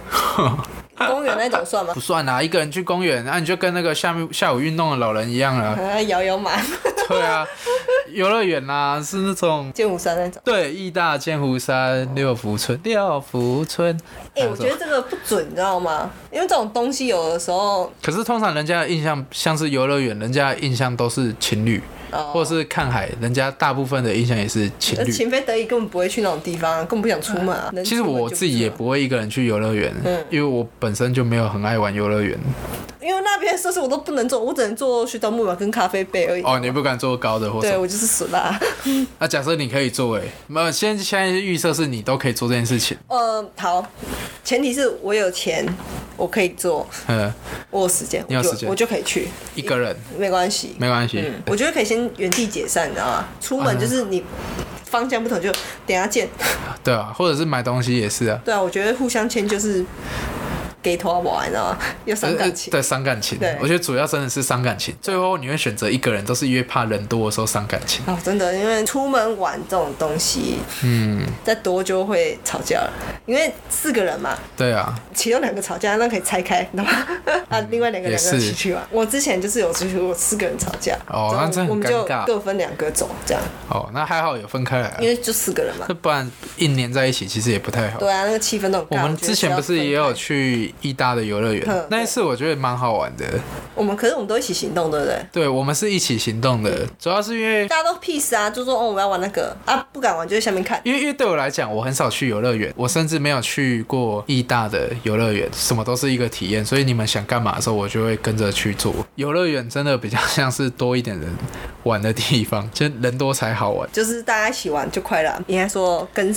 [SPEAKER 3] 公园那种算吗
[SPEAKER 1] 不？算啊啦、一个人去公园，那、你就跟那个下面下午运动的老人一样
[SPEAKER 3] <laughs>
[SPEAKER 1] 了。
[SPEAKER 3] 啊，摇摇马、
[SPEAKER 1] 对啊，游乐园啦是那种。
[SPEAKER 3] 剑湖山那种。
[SPEAKER 1] 对，义大剑湖山、六福村、六福村。
[SPEAKER 3] 哎、
[SPEAKER 1] 还有
[SPEAKER 3] 我
[SPEAKER 1] 什
[SPEAKER 3] 觉
[SPEAKER 1] 么
[SPEAKER 3] 得这个不准，你知道吗？因为这种东西有的时候，
[SPEAKER 1] 可是通常人家的印象，像是游乐园，人家的印象都是情侣，
[SPEAKER 3] 哦
[SPEAKER 1] 或者是看海，人家大部分的印象也是情
[SPEAKER 3] 呃
[SPEAKER 1] 侣。
[SPEAKER 3] 情非得已根本不会去那种地方，根本不想出门、啊。能
[SPEAKER 1] 其实
[SPEAKER 3] 出门就
[SPEAKER 1] 我自己也
[SPEAKER 3] 出
[SPEAKER 1] 不会一个人去游乐园，
[SPEAKER 3] 嗯
[SPEAKER 1] 因为我本身就没有很爱玩游乐园。
[SPEAKER 3] 门，因为那边的设施我都不能坐，我只能坐雪道木马跟咖啡杯而已。
[SPEAKER 1] 哦，你不敢坐高的或
[SPEAKER 3] 对
[SPEAKER 1] 什么？
[SPEAKER 3] 我就是死啦。 <laughs>
[SPEAKER 1] 那假设你可以坐，哎，没有，现现在预设是你都可以做这件事情。 <laughs>
[SPEAKER 3] 呃，好，前提是我有钱，我可以做，
[SPEAKER 1] 嗯，
[SPEAKER 3] 我有时间，
[SPEAKER 1] 你有
[SPEAKER 3] 我就
[SPEAKER 1] 时间
[SPEAKER 3] 我就可以去，
[SPEAKER 1] 一个人
[SPEAKER 3] 没关系，
[SPEAKER 1] 没关系。
[SPEAKER 3] 嗯我觉得可以先原地解散，你知道吗？出门
[SPEAKER 1] 啊
[SPEAKER 3] 就是你方向不同就等一下见。 <laughs>
[SPEAKER 1] 对啊，或者是买东西也是啊。
[SPEAKER 3] 对啊，我觉得互相迁就是 gay 拖娃，你知道
[SPEAKER 1] 呃
[SPEAKER 3] 吗？又伤感情。
[SPEAKER 1] 对，伤感情
[SPEAKER 3] 对。
[SPEAKER 1] 我觉得主要真的是伤感情。最后你会选择一个人，都是因为怕人多的时候伤感情。
[SPEAKER 3] 哦，真的，因为出门玩这种东西，
[SPEAKER 1] 嗯，
[SPEAKER 3] 再多就会吵架了。因为四个人嘛，
[SPEAKER 1] 对啊，
[SPEAKER 3] 其中两个吵架，那可以拆开，你知道吗？ <laughs> 啊，另外两个
[SPEAKER 1] 嗯也
[SPEAKER 3] 两个
[SPEAKER 1] 是
[SPEAKER 3] 人出去玩。我之前就是有出去，我四个人吵架，
[SPEAKER 1] 哦
[SPEAKER 3] 然
[SPEAKER 1] 那
[SPEAKER 3] 后
[SPEAKER 1] 真的很
[SPEAKER 3] 我们就
[SPEAKER 1] 尴尬
[SPEAKER 3] 各分两个走，这样，
[SPEAKER 1] 哦，那还好有分开来、啊
[SPEAKER 3] 因，为就四个人嘛
[SPEAKER 1] 那。不然硬黏在一起其实也不太好。
[SPEAKER 3] 对啊，那个气氛都很尬。
[SPEAKER 1] 我们
[SPEAKER 3] 觉得
[SPEAKER 1] 之前
[SPEAKER 3] 要
[SPEAKER 1] 不是也
[SPEAKER 3] 分
[SPEAKER 1] 有
[SPEAKER 3] 开？
[SPEAKER 1] 去义大的游乐园
[SPEAKER 3] 嗯，
[SPEAKER 1] 那一次我觉得蛮好玩的。
[SPEAKER 3] 我们可是我们都一起行动，对不对？
[SPEAKER 1] 对，我们是一起行动的，主要是因为
[SPEAKER 3] 大家都 peace 啊，就说哦我们要玩那个啊，不敢玩就在下面看。
[SPEAKER 1] 因为因为对我来讲，我很少去游乐园，我甚至没有去过义大的游乐园，什么都是一个体验。所以你们想干嘛的时候，我就会跟着去做。游乐园真的比较像是多一点人玩的地方，就人多才好玩。
[SPEAKER 3] 就是大家一起玩就快乐，应该说跟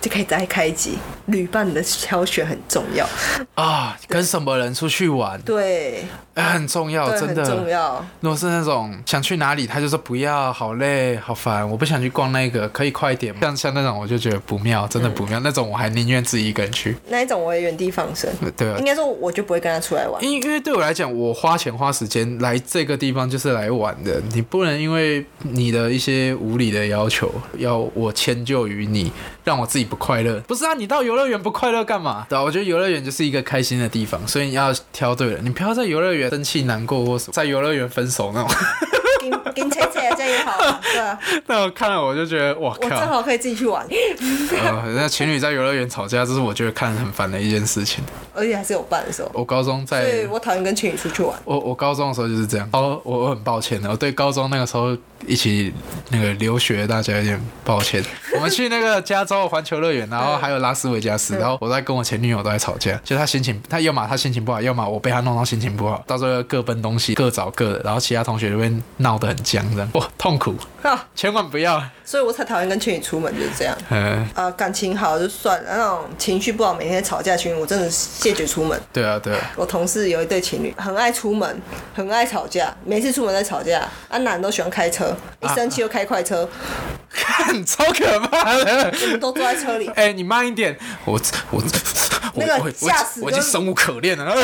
[SPEAKER 3] 就可以再开一集。旅伴的挑选很重要，
[SPEAKER 1] 啊，跟什么人出去玩，
[SPEAKER 3] 对，
[SPEAKER 1] 哎很重要，
[SPEAKER 3] 对，
[SPEAKER 1] 真
[SPEAKER 3] 很重
[SPEAKER 1] 的。
[SPEAKER 3] 要。
[SPEAKER 1] 如果是那种想去哪里，他就说不要，好累，好烦，我不想去逛那个，可以快一点吗。像像那种，我就觉得不妙，真的不妙。那种我还宁愿自己一个人去。
[SPEAKER 3] 那一种我也原地放
[SPEAKER 1] <laughs>
[SPEAKER 3] 生，
[SPEAKER 1] 对啊
[SPEAKER 3] 应，该说我就不会跟他出
[SPEAKER 1] <laughs>
[SPEAKER 3] 来玩。
[SPEAKER 1] 因因为对我来讲，我花钱花时间来这个地方就是来玩的，你不能因为你的一些无理的要求，要我迁就于你，让我自己不快乐。不是啊，你到游乐园不快乐干嘛？对啊，我觉得游乐园就是一个开心的地方，所以你要挑对了，你不要在游乐园生气、难过或什么，在游乐园分手那种。 <laughs>
[SPEAKER 3] 跟跟菜菜啊这样也好啊，对啊，
[SPEAKER 1] 那我看了我就觉得，哇
[SPEAKER 3] 我
[SPEAKER 1] <laughs>
[SPEAKER 3] 正
[SPEAKER 1] 靠！
[SPEAKER 3] 好可以自己去
[SPEAKER 1] <laughs>
[SPEAKER 3] 玩，
[SPEAKER 1] 呃，那情侣在游乐园吵架，这是我觉得看得很烦的一件事情。
[SPEAKER 3] 而且还是有伴的时候，
[SPEAKER 1] 我高中在
[SPEAKER 3] 所以我讨厌跟情侣出去玩。
[SPEAKER 1] 我我高中的时候就是这样，哦，我我很抱歉的，我对高中那个时候一起那个留学大家有点抱歉。我们去那个加州环球乐园，然后还有拉斯维加斯，然后我在跟我前女友都在吵架，就她心情，她要么她心情不好，要么我被她弄到心情不好，到最后各奔东西，各找各的，然后其他同学就会闹得很僵，这样哇痛苦，
[SPEAKER 3] 哈，
[SPEAKER 1] 千万不要，
[SPEAKER 3] 所以我才讨厌跟情侣出门就是这样。
[SPEAKER 1] 嗯，
[SPEAKER 3] 啊，感情好就算了，那种情绪不好每天吵架的情侣，我真的谢绝出门。
[SPEAKER 1] <laughs> 对啊对啊， <laughs>
[SPEAKER 3] 我同事有一对情侣，很爱出门，很爱吵架，每次出门在吵架。啊，男的都喜欢开车，
[SPEAKER 1] 啊
[SPEAKER 3] 一生气就开快车， <laughs>
[SPEAKER 1] 看超可怕的。。
[SPEAKER 3] 我们都坐在车里
[SPEAKER 1] 哎、你慢一点！我我我
[SPEAKER 3] 那个
[SPEAKER 1] 我我
[SPEAKER 3] 驾驶
[SPEAKER 1] 我已经
[SPEAKER 3] 跟
[SPEAKER 1] 生无可恋了。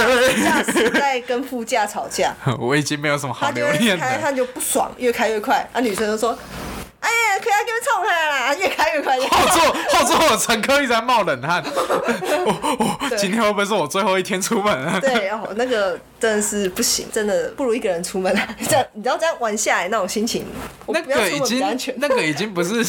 [SPEAKER 3] 驾驶在跟副驾吵架，
[SPEAKER 1] 我已经没有什么 <laughs> 好
[SPEAKER 3] 他就
[SPEAKER 1] 留
[SPEAKER 3] 会
[SPEAKER 1] 恋
[SPEAKER 3] 开，
[SPEAKER 1] 的。
[SPEAKER 3] 他就不爽，越开越快。啊，女生就说：“哎呀，可以要跟他冲他啦， <laughs> 越开越快。越开
[SPEAKER 1] 后
[SPEAKER 3] 越快
[SPEAKER 1] 座后座，我乘客一直在冒冷
[SPEAKER 3] <laughs>
[SPEAKER 1] 汗。我我
[SPEAKER 3] 对
[SPEAKER 1] 今天会不会是我最后一天出门啊”？
[SPEAKER 3] 对，哦，那个真的是不行，真的不如一个人出门
[SPEAKER 1] <laughs>
[SPEAKER 3] 啊。这样，你知道这样玩下来那种心情，我
[SPEAKER 1] 那
[SPEAKER 3] 不要
[SPEAKER 1] 个
[SPEAKER 3] 出
[SPEAKER 1] 已
[SPEAKER 3] 门比
[SPEAKER 1] 经
[SPEAKER 3] 较安全，。
[SPEAKER 1] 那个已经不是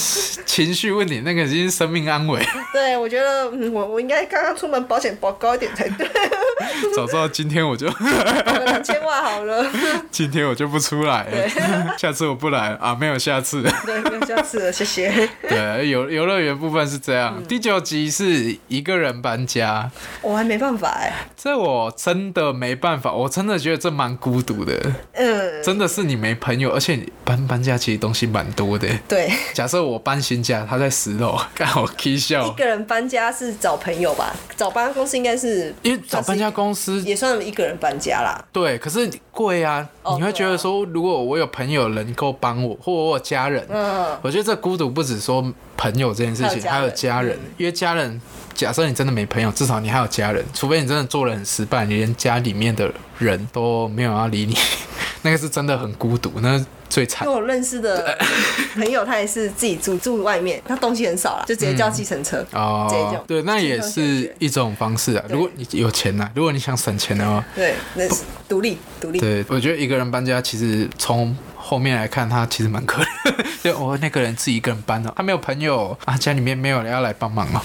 [SPEAKER 1] 情绪问题，那个已经是生命安危。
[SPEAKER 3] 对，我觉得嗯我我应该刚刚出门保险保高一点才对， <laughs>
[SPEAKER 1] 早知道今天我就
[SPEAKER 3] 保个两千万好了。
[SPEAKER 1] 今天我就不出来了，下次我不来了啊，没有下次 <laughs> 了。
[SPEAKER 3] 对，不用下次了，
[SPEAKER 1] <laughs>
[SPEAKER 3] 谢谢。
[SPEAKER 1] 对，游游乐园部分是这样。
[SPEAKER 3] 嗯
[SPEAKER 1] 第九集是一个人搬家，
[SPEAKER 3] 我还没办法哎、
[SPEAKER 1] 这我真的没办法，我真的觉得这蛮孤独的，
[SPEAKER 3] 嗯，
[SPEAKER 1] 真的是你没朋友，而且你搬搬家其实东西蛮多的。
[SPEAKER 3] 对，
[SPEAKER 1] 假设我搬新家，他在十楼，刚好 k
[SPEAKER 3] 一
[SPEAKER 1] 笑，
[SPEAKER 3] 个人搬家是找朋友吧？找搬家公司应该是
[SPEAKER 1] 因为找搬家公司
[SPEAKER 3] 也算一个人搬家啦。
[SPEAKER 1] 对，可是贵啊，
[SPEAKER 3] 哦
[SPEAKER 1] 你会觉得说，如果我有朋友能够帮我，或我有家人，
[SPEAKER 3] 嗯，
[SPEAKER 1] 我觉得这孤独不止说朋友这件事情，还
[SPEAKER 3] 还
[SPEAKER 1] 有
[SPEAKER 3] 有
[SPEAKER 1] 家
[SPEAKER 3] 家人嗯
[SPEAKER 1] 人，因为家人，假设你真的没朋友，至少你还有家人，除非你真的做人很失败，你连家里面的人都没有要理你， <laughs> 那个是真的很孤独，那是最惨
[SPEAKER 3] 因为。我认
[SPEAKER 1] <laughs>
[SPEAKER 3] 识的朋友，他也是自己住住外面，他东西很少啦，就直接叫计程车。这
[SPEAKER 1] 哦
[SPEAKER 3] 种，
[SPEAKER 1] 对，那也
[SPEAKER 3] 这种感
[SPEAKER 1] 是
[SPEAKER 3] 觉
[SPEAKER 1] 一种方式啊。如果你有钱啊呐、如果你想省钱的话，
[SPEAKER 3] 对，那是独立独立。
[SPEAKER 1] 对，我觉得一个人搬家，其实从后面来看，他其实蛮可怜。就我那个人自己一个人搬的，他没有朋友啊，家里面没有人要来帮
[SPEAKER 3] <laughs>
[SPEAKER 1] 忙哦。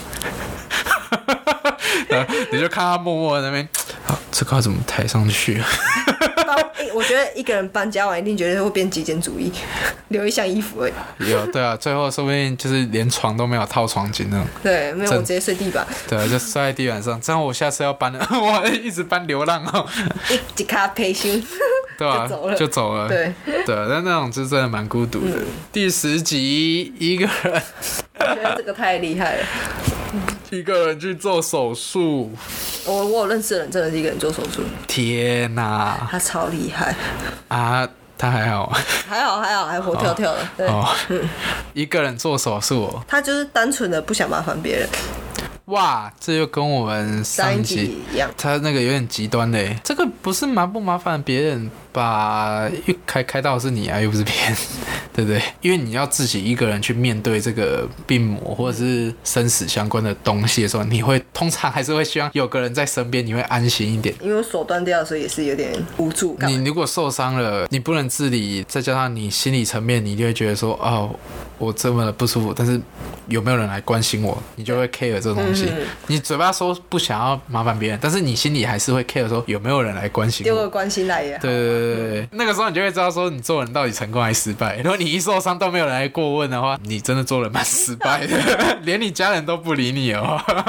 [SPEAKER 1] 然后你就看他默默在那边，啊，这个要怎么抬上去？
[SPEAKER 3] 包哎我觉得一个人搬家完一定觉得会变极简主义， <laughs> 留一箱衣服而已。
[SPEAKER 1] 有对啊，最后说不定就是连床都没有套床巾那种，
[SPEAKER 3] 对，没有我
[SPEAKER 1] 真
[SPEAKER 3] 直接睡地板，
[SPEAKER 1] 对啊，就摔在地板上。这样我下次要搬了， <laughs> 我一直搬流浪哦，
[SPEAKER 3] 一一卡培训。
[SPEAKER 1] 对吧、
[SPEAKER 3] 就走了
[SPEAKER 1] 就走了，
[SPEAKER 3] 对，嗯
[SPEAKER 1] 对啊，但那种就真的蛮孤独的。第十集一个人。
[SPEAKER 3] <laughs> 我觉得这个太厉害了。
[SPEAKER 1] 一个人去做手术，
[SPEAKER 3] 我我有认识的人真的是一个人做手术，
[SPEAKER 1] 天哪
[SPEAKER 3] 他超厉害，
[SPEAKER 1] 啊！他还好
[SPEAKER 3] 还好还好还活跳跳的，对。
[SPEAKER 1] 哦，一个人做手术哦，
[SPEAKER 3] 他就是单纯的不想麻烦别人，
[SPEAKER 1] 哇，这就跟我们上
[SPEAKER 3] 三
[SPEAKER 1] 一集
[SPEAKER 3] 集一样，
[SPEAKER 1] 他那个有点极端嘞，这个不是麻不麻烦别人吧？又开开到的是你啊，又不是别人， <laughs> 对不对？因为你要自己一个人去面对这个病魔或者是生死相关的东西的时候，你会通常还是会希望有个人在身边，你会安心一点。
[SPEAKER 3] 因为我手断掉，所以也是有点无助感。
[SPEAKER 1] 你如果受伤了，你不能自理，再加上你心理层面，你就会觉得说，哦，我这么的不舒服，但是有没有人来关心我，你就会 care 这东西。
[SPEAKER 3] 嗯
[SPEAKER 1] 你嘴巴说不想要麻烦别人，但是你心里还是会 care 说有没有人来关心
[SPEAKER 3] 丢
[SPEAKER 1] 我
[SPEAKER 3] 个。关心来也好
[SPEAKER 1] 对，对对对对，那个时候你就会知道说你做人到底成功还是失败。如果你一受伤都没有人来过问的话，你真的做人蛮失败
[SPEAKER 3] <laughs>
[SPEAKER 1] 的，连你家人都不理你的哦话。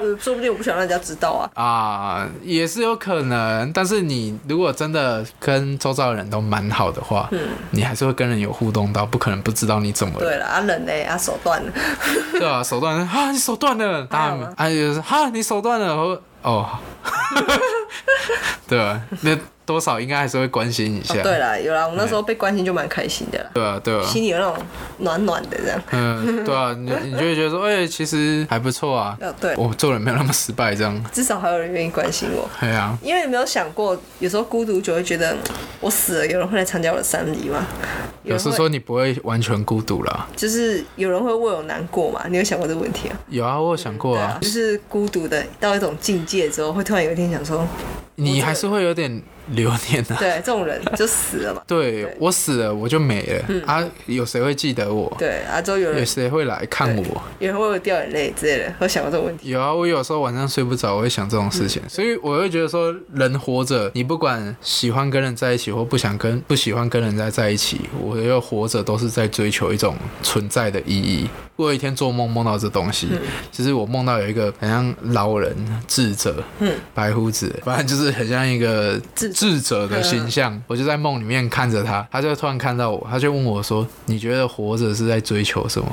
[SPEAKER 3] 呃说不定我不想让人家知道啊。
[SPEAKER 1] 啊，也是有可能。但是你如果真的跟周遭的人都蛮好的话，
[SPEAKER 3] 嗯
[SPEAKER 1] 你还是会跟人有互动到，不可能不知道你怎么了，
[SPEAKER 3] 对了，啊人呢？啊手断了，
[SPEAKER 1] 对啊？手断了啊，你手断了，
[SPEAKER 3] 还好
[SPEAKER 1] 他
[SPEAKER 3] 吗
[SPEAKER 1] 啊就是哈，你手断了，我哦， <laughs> 对啊，那多少应该还是会关心一下，
[SPEAKER 3] 哦对了，有啦，我那时候被关心就蛮开心的啦，
[SPEAKER 1] 对啊，对啊。
[SPEAKER 3] 心里有那种暖暖的这样。
[SPEAKER 1] 嗯，对啊，你你就会觉得说，哎、其实还不错啊，
[SPEAKER 3] 呃，对，
[SPEAKER 1] 我做人没有那么失败，这样，
[SPEAKER 3] 至少还有人愿意关心我。
[SPEAKER 1] 对啊，
[SPEAKER 3] 因为有没有想过，有时候孤独久会觉得，嗯我死了，有人会来参加我的丧礼吗？
[SPEAKER 1] 有
[SPEAKER 3] 有人
[SPEAKER 1] 时
[SPEAKER 3] 会
[SPEAKER 1] 说你不会完全孤独啦，
[SPEAKER 3] 就是有人会为我难过嘛？你有想过这个问题啊？
[SPEAKER 1] 有啊，我有想过
[SPEAKER 3] 对
[SPEAKER 1] 啊
[SPEAKER 3] 啊，，就是孤独的到一种境界之后，会突然有一天
[SPEAKER 1] <laughs>
[SPEAKER 3] 想说，
[SPEAKER 1] 你还是会有点留念的、啊。。
[SPEAKER 3] 对，这种人就死了嘛
[SPEAKER 1] 对我死了，我就没了、啊！有谁会记得我？
[SPEAKER 3] 对，啊，之后有
[SPEAKER 1] 有
[SPEAKER 3] 人
[SPEAKER 1] 谁会来看我？
[SPEAKER 3] 有人会为我掉眼泪之类的，会想过这个问题。嗯
[SPEAKER 1] 有啊，我有时候晚上睡不着，我会想这种事情，所以我会觉得说，人活着，你不管喜欢跟人在一起，或不想跟不喜欢跟人在在一起，我觉得活着都是在追求一种存在的意义。我有一天做梦梦到这东
[SPEAKER 3] 嗯
[SPEAKER 1] 西，就是我梦到有一个很像老人智者，
[SPEAKER 3] 嗯，
[SPEAKER 1] 白胡子，反正就是很像一个
[SPEAKER 3] 智者
[SPEAKER 1] 智者的形象。
[SPEAKER 3] 嗯
[SPEAKER 1] 我就在梦里面看着他，他就突然看到我，他就问我说：“你觉得活着是在追求什么？”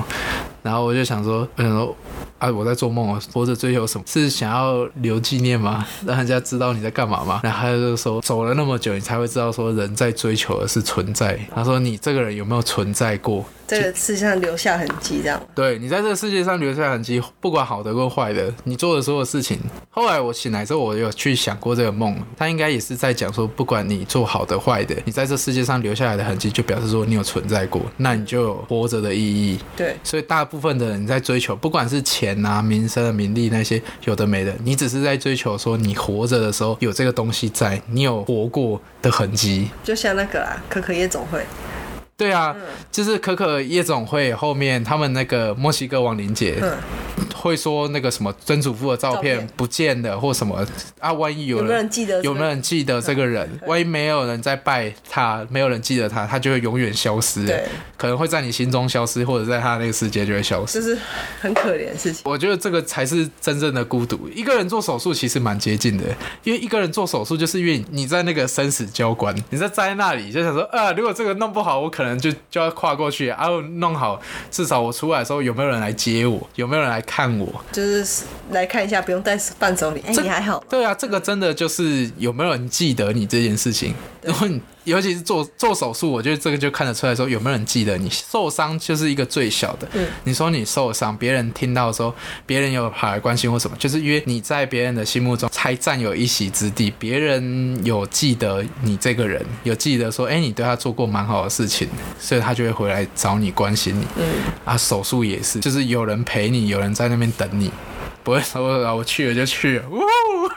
[SPEAKER 1] 然后我就想说，我想说啊，我在做梦，我活着追求什么？是想要留纪念吗？ <laughs> 让人家知道你在干嘛吗？然后他就说，走了那么久，你才会知道说人在追求的是存在。他说你这个人有没有存在过？
[SPEAKER 3] 这个世界上留下痕迹，这样
[SPEAKER 1] 对你在这个世界上留下痕迹，不管好的或坏的，你做的所有事情。后来我醒来之后，我有去想过这个梦，他应该也是在讲说，不管你做好的坏的，你在这世界上留下来的痕迹，就表示说你有存在过，那你就有活着的意义。
[SPEAKER 3] 对，
[SPEAKER 1] 所以大部分的人在追求，不管是钱啊、民生、名利那些有的没的，你只是在追求说你活着的时候有这个东西在，你有活过的痕迹。
[SPEAKER 3] 就像那个啦，可可夜总会，
[SPEAKER 1] 对啊，就是可可夜总会后面他们那个墨西哥亡灵节
[SPEAKER 3] 嗯，
[SPEAKER 1] 会说那个什么曾祖父的照
[SPEAKER 3] 照
[SPEAKER 1] 片
[SPEAKER 3] 片
[SPEAKER 1] 不见了或什么啊，万一有
[SPEAKER 3] 有没有
[SPEAKER 1] 人
[SPEAKER 3] 人记得？
[SPEAKER 1] 有没有？人记得这个嗯人？万一没有人在拜他，没有人记得他，他就会永远消失，
[SPEAKER 3] 对，
[SPEAKER 1] 可能会在你心中消失，或者在他那个世界就会消失
[SPEAKER 3] 就。是很可怜的事情。
[SPEAKER 1] 我觉得这个才是真正的孤独。一个人做手术其实蛮接近的，因为一个人做手术就是因为你在那个生死交关，你在站在那里就想说，啊，如果这个弄不好，我可能就就要跨过去，啊，我弄好，至少我出来的时候有没有人来接我，有没有人来看我？
[SPEAKER 3] 就是来看一下，不用带伴手礼。哎、
[SPEAKER 1] 这
[SPEAKER 3] 你还好吗？
[SPEAKER 1] 对啊，这个真的就是有没有人记得你这件事情。然后你尤其是做做手术，我觉得这个就看得出来说有没有人记得你受伤就是一个最小的。
[SPEAKER 3] 嗯
[SPEAKER 1] 你说你受伤，别人听到的时候，别人有跑来关心或什么，就是因为你在别人的心目中才占有一席之地，别人有记得你这个人，有记得说，哎、你对他做过蛮好的事情，所以他就会回来找你关心你。
[SPEAKER 3] 嗯，
[SPEAKER 1] 啊，手术也是，就是有人陪你，有人在那边等你，不会说啊我去了就去了，呜。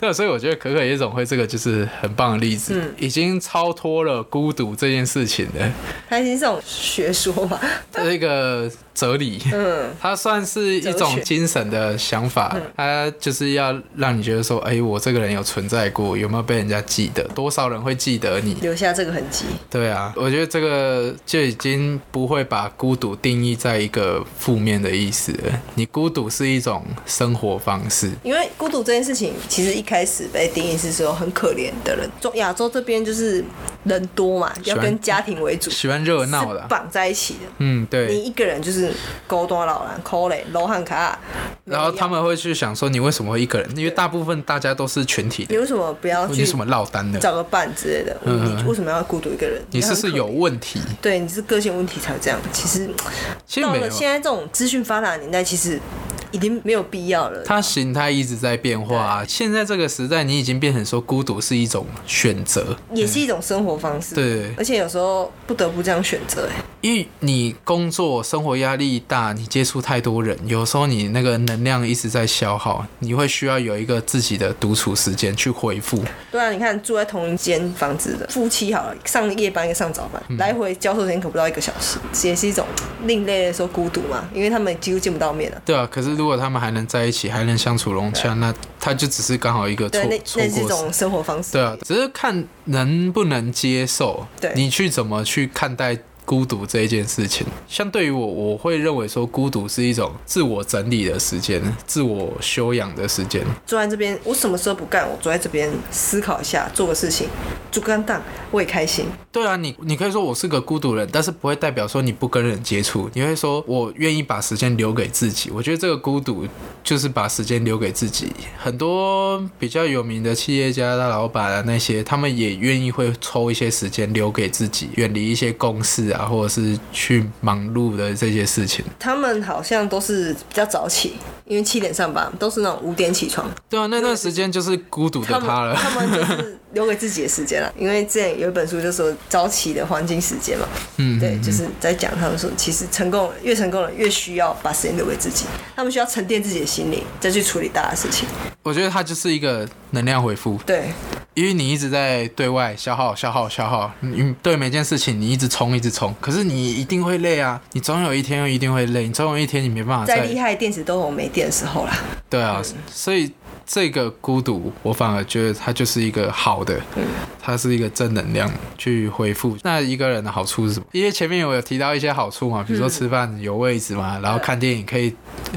[SPEAKER 1] 对，啊所以我觉得可可夜总会这个就是很棒的例子，
[SPEAKER 3] 嗯
[SPEAKER 1] 已经超脱了孤独这件事情的
[SPEAKER 3] 他已经是这种学说
[SPEAKER 1] <laughs>
[SPEAKER 3] 吧，
[SPEAKER 1] 这个哲理。
[SPEAKER 3] 嗯，
[SPEAKER 1] 它算是一种精神的想法，它就是要让你觉得说，哎、我这个人有存在过，有没有被人家记得？多少人会记得你？
[SPEAKER 3] 留下这个痕迹。
[SPEAKER 1] 对啊，我觉得这个就已经不会把孤独定义在一个负面的意思了。你孤独是一种生活方式，
[SPEAKER 3] 因为孤独这件事情，其实一开始被定义是说很可怜的人。中亚洲这边就是人多嘛，要跟家庭为主，是
[SPEAKER 1] 喜欢热闹的啊。
[SPEAKER 3] 绑在一起的。
[SPEAKER 1] 嗯，
[SPEAKER 3] 你
[SPEAKER 1] 对。
[SPEAKER 3] 一个人就是孤单老人、抠嘞、罗汉卡，啊
[SPEAKER 1] 然后他们会去想说，你为什么会一个人？因为大部分大家都是群体
[SPEAKER 3] 你
[SPEAKER 1] 的，
[SPEAKER 3] 为什么不要
[SPEAKER 1] 你
[SPEAKER 3] 去
[SPEAKER 1] 什么落单的？
[SPEAKER 3] 找个伴之类的？你为什么要孤独一个人？
[SPEAKER 1] 你是不
[SPEAKER 3] 很
[SPEAKER 1] 是
[SPEAKER 3] 可
[SPEAKER 1] 有
[SPEAKER 3] 怜？
[SPEAKER 1] 问题？
[SPEAKER 3] 对，你是个性问题才会这样。其实
[SPEAKER 1] 其实
[SPEAKER 3] 到
[SPEAKER 1] 没
[SPEAKER 3] 了
[SPEAKER 1] 有。
[SPEAKER 3] 现在这种资讯发达的年代，其实已经没有必要了。
[SPEAKER 1] 它形态一直在变化、啊，现在这个时代，你已经变成说孤独是一种选择，
[SPEAKER 3] 也是一种生活方式。
[SPEAKER 1] 对
[SPEAKER 3] 而且有时候不得不这样选择。哎，
[SPEAKER 1] 因为你工作生活压力大，你接触太多人，有时候你那个能量一直在消耗，你会需要有一个自己的独处时间去恢复。
[SPEAKER 3] 对啊，你看住在同一间房子的夫妻好了，上夜班跟上早
[SPEAKER 1] 嗯
[SPEAKER 3] 班，来回交错时间可不到一个小时，也是一种另类的说孤独嘛，因为他们几乎见不到面啊。
[SPEAKER 1] 对啊，可是如果他们还能在一起，还能相处融洽，那他就只是刚好一个错
[SPEAKER 3] 对，那
[SPEAKER 1] 错
[SPEAKER 3] 那是一
[SPEAKER 1] 过
[SPEAKER 3] 种生活方式。
[SPEAKER 1] 对啊，只是看能不能接受，
[SPEAKER 3] 对
[SPEAKER 1] 你去怎么去看待孤独这一件事情。像对于我，我会认为说孤独是一种自我整理的时间，自我修养的时间。
[SPEAKER 3] 坐在这边，我什么事都不干，我坐在这边思考一下，做个事情，煮个蛋，我也开心。
[SPEAKER 1] 对啊，你你可以说我是个孤独人，但是不会代表说你不跟人接触，你会说我愿意把时间留给自己。我觉得这个孤独就是把时间留给自己。很多比较有名的企业家、大老板啊那些，他们也愿意会抽一些时间留给自己，远离一些公事啊，或者是去忙碌的这些事情。
[SPEAKER 3] 他们好像都是比较早起，因为七点上班，都是那种五点起床。
[SPEAKER 1] 对啊，那段时间就是孤独的
[SPEAKER 3] 们
[SPEAKER 1] 他了。 <laughs>
[SPEAKER 3] 他们就是留给自己的时间了，因为之前有一本书就说早起的黄金时间嘛，
[SPEAKER 1] 嗯
[SPEAKER 3] 对，就是在讲他们说，其实成功越成功了，越需要把时间留给自己，他们需要沉淀自己的心灵，再去处理大的事情。
[SPEAKER 1] 我觉得他就是一个能量回复。
[SPEAKER 3] 对，
[SPEAKER 1] 因为你一直在对外消耗、消耗、消耗，你对每件事情你一直冲、一直冲，可是你一定会累啊！你总有一天一定会累，你总有一天你没办法
[SPEAKER 3] 在
[SPEAKER 1] 再
[SPEAKER 3] 厉害的电池都红没电的时候啦，
[SPEAKER 1] 对啊，所以这个孤独，我反而觉得它就是一个好的，
[SPEAKER 3] 嗯
[SPEAKER 1] 它是一个正能量去恢复。那一个人的好处是什么？因为前面我有提到一些好处嘛，比如说吃饭有位置
[SPEAKER 3] 嗯
[SPEAKER 1] 嘛，然后看电影可以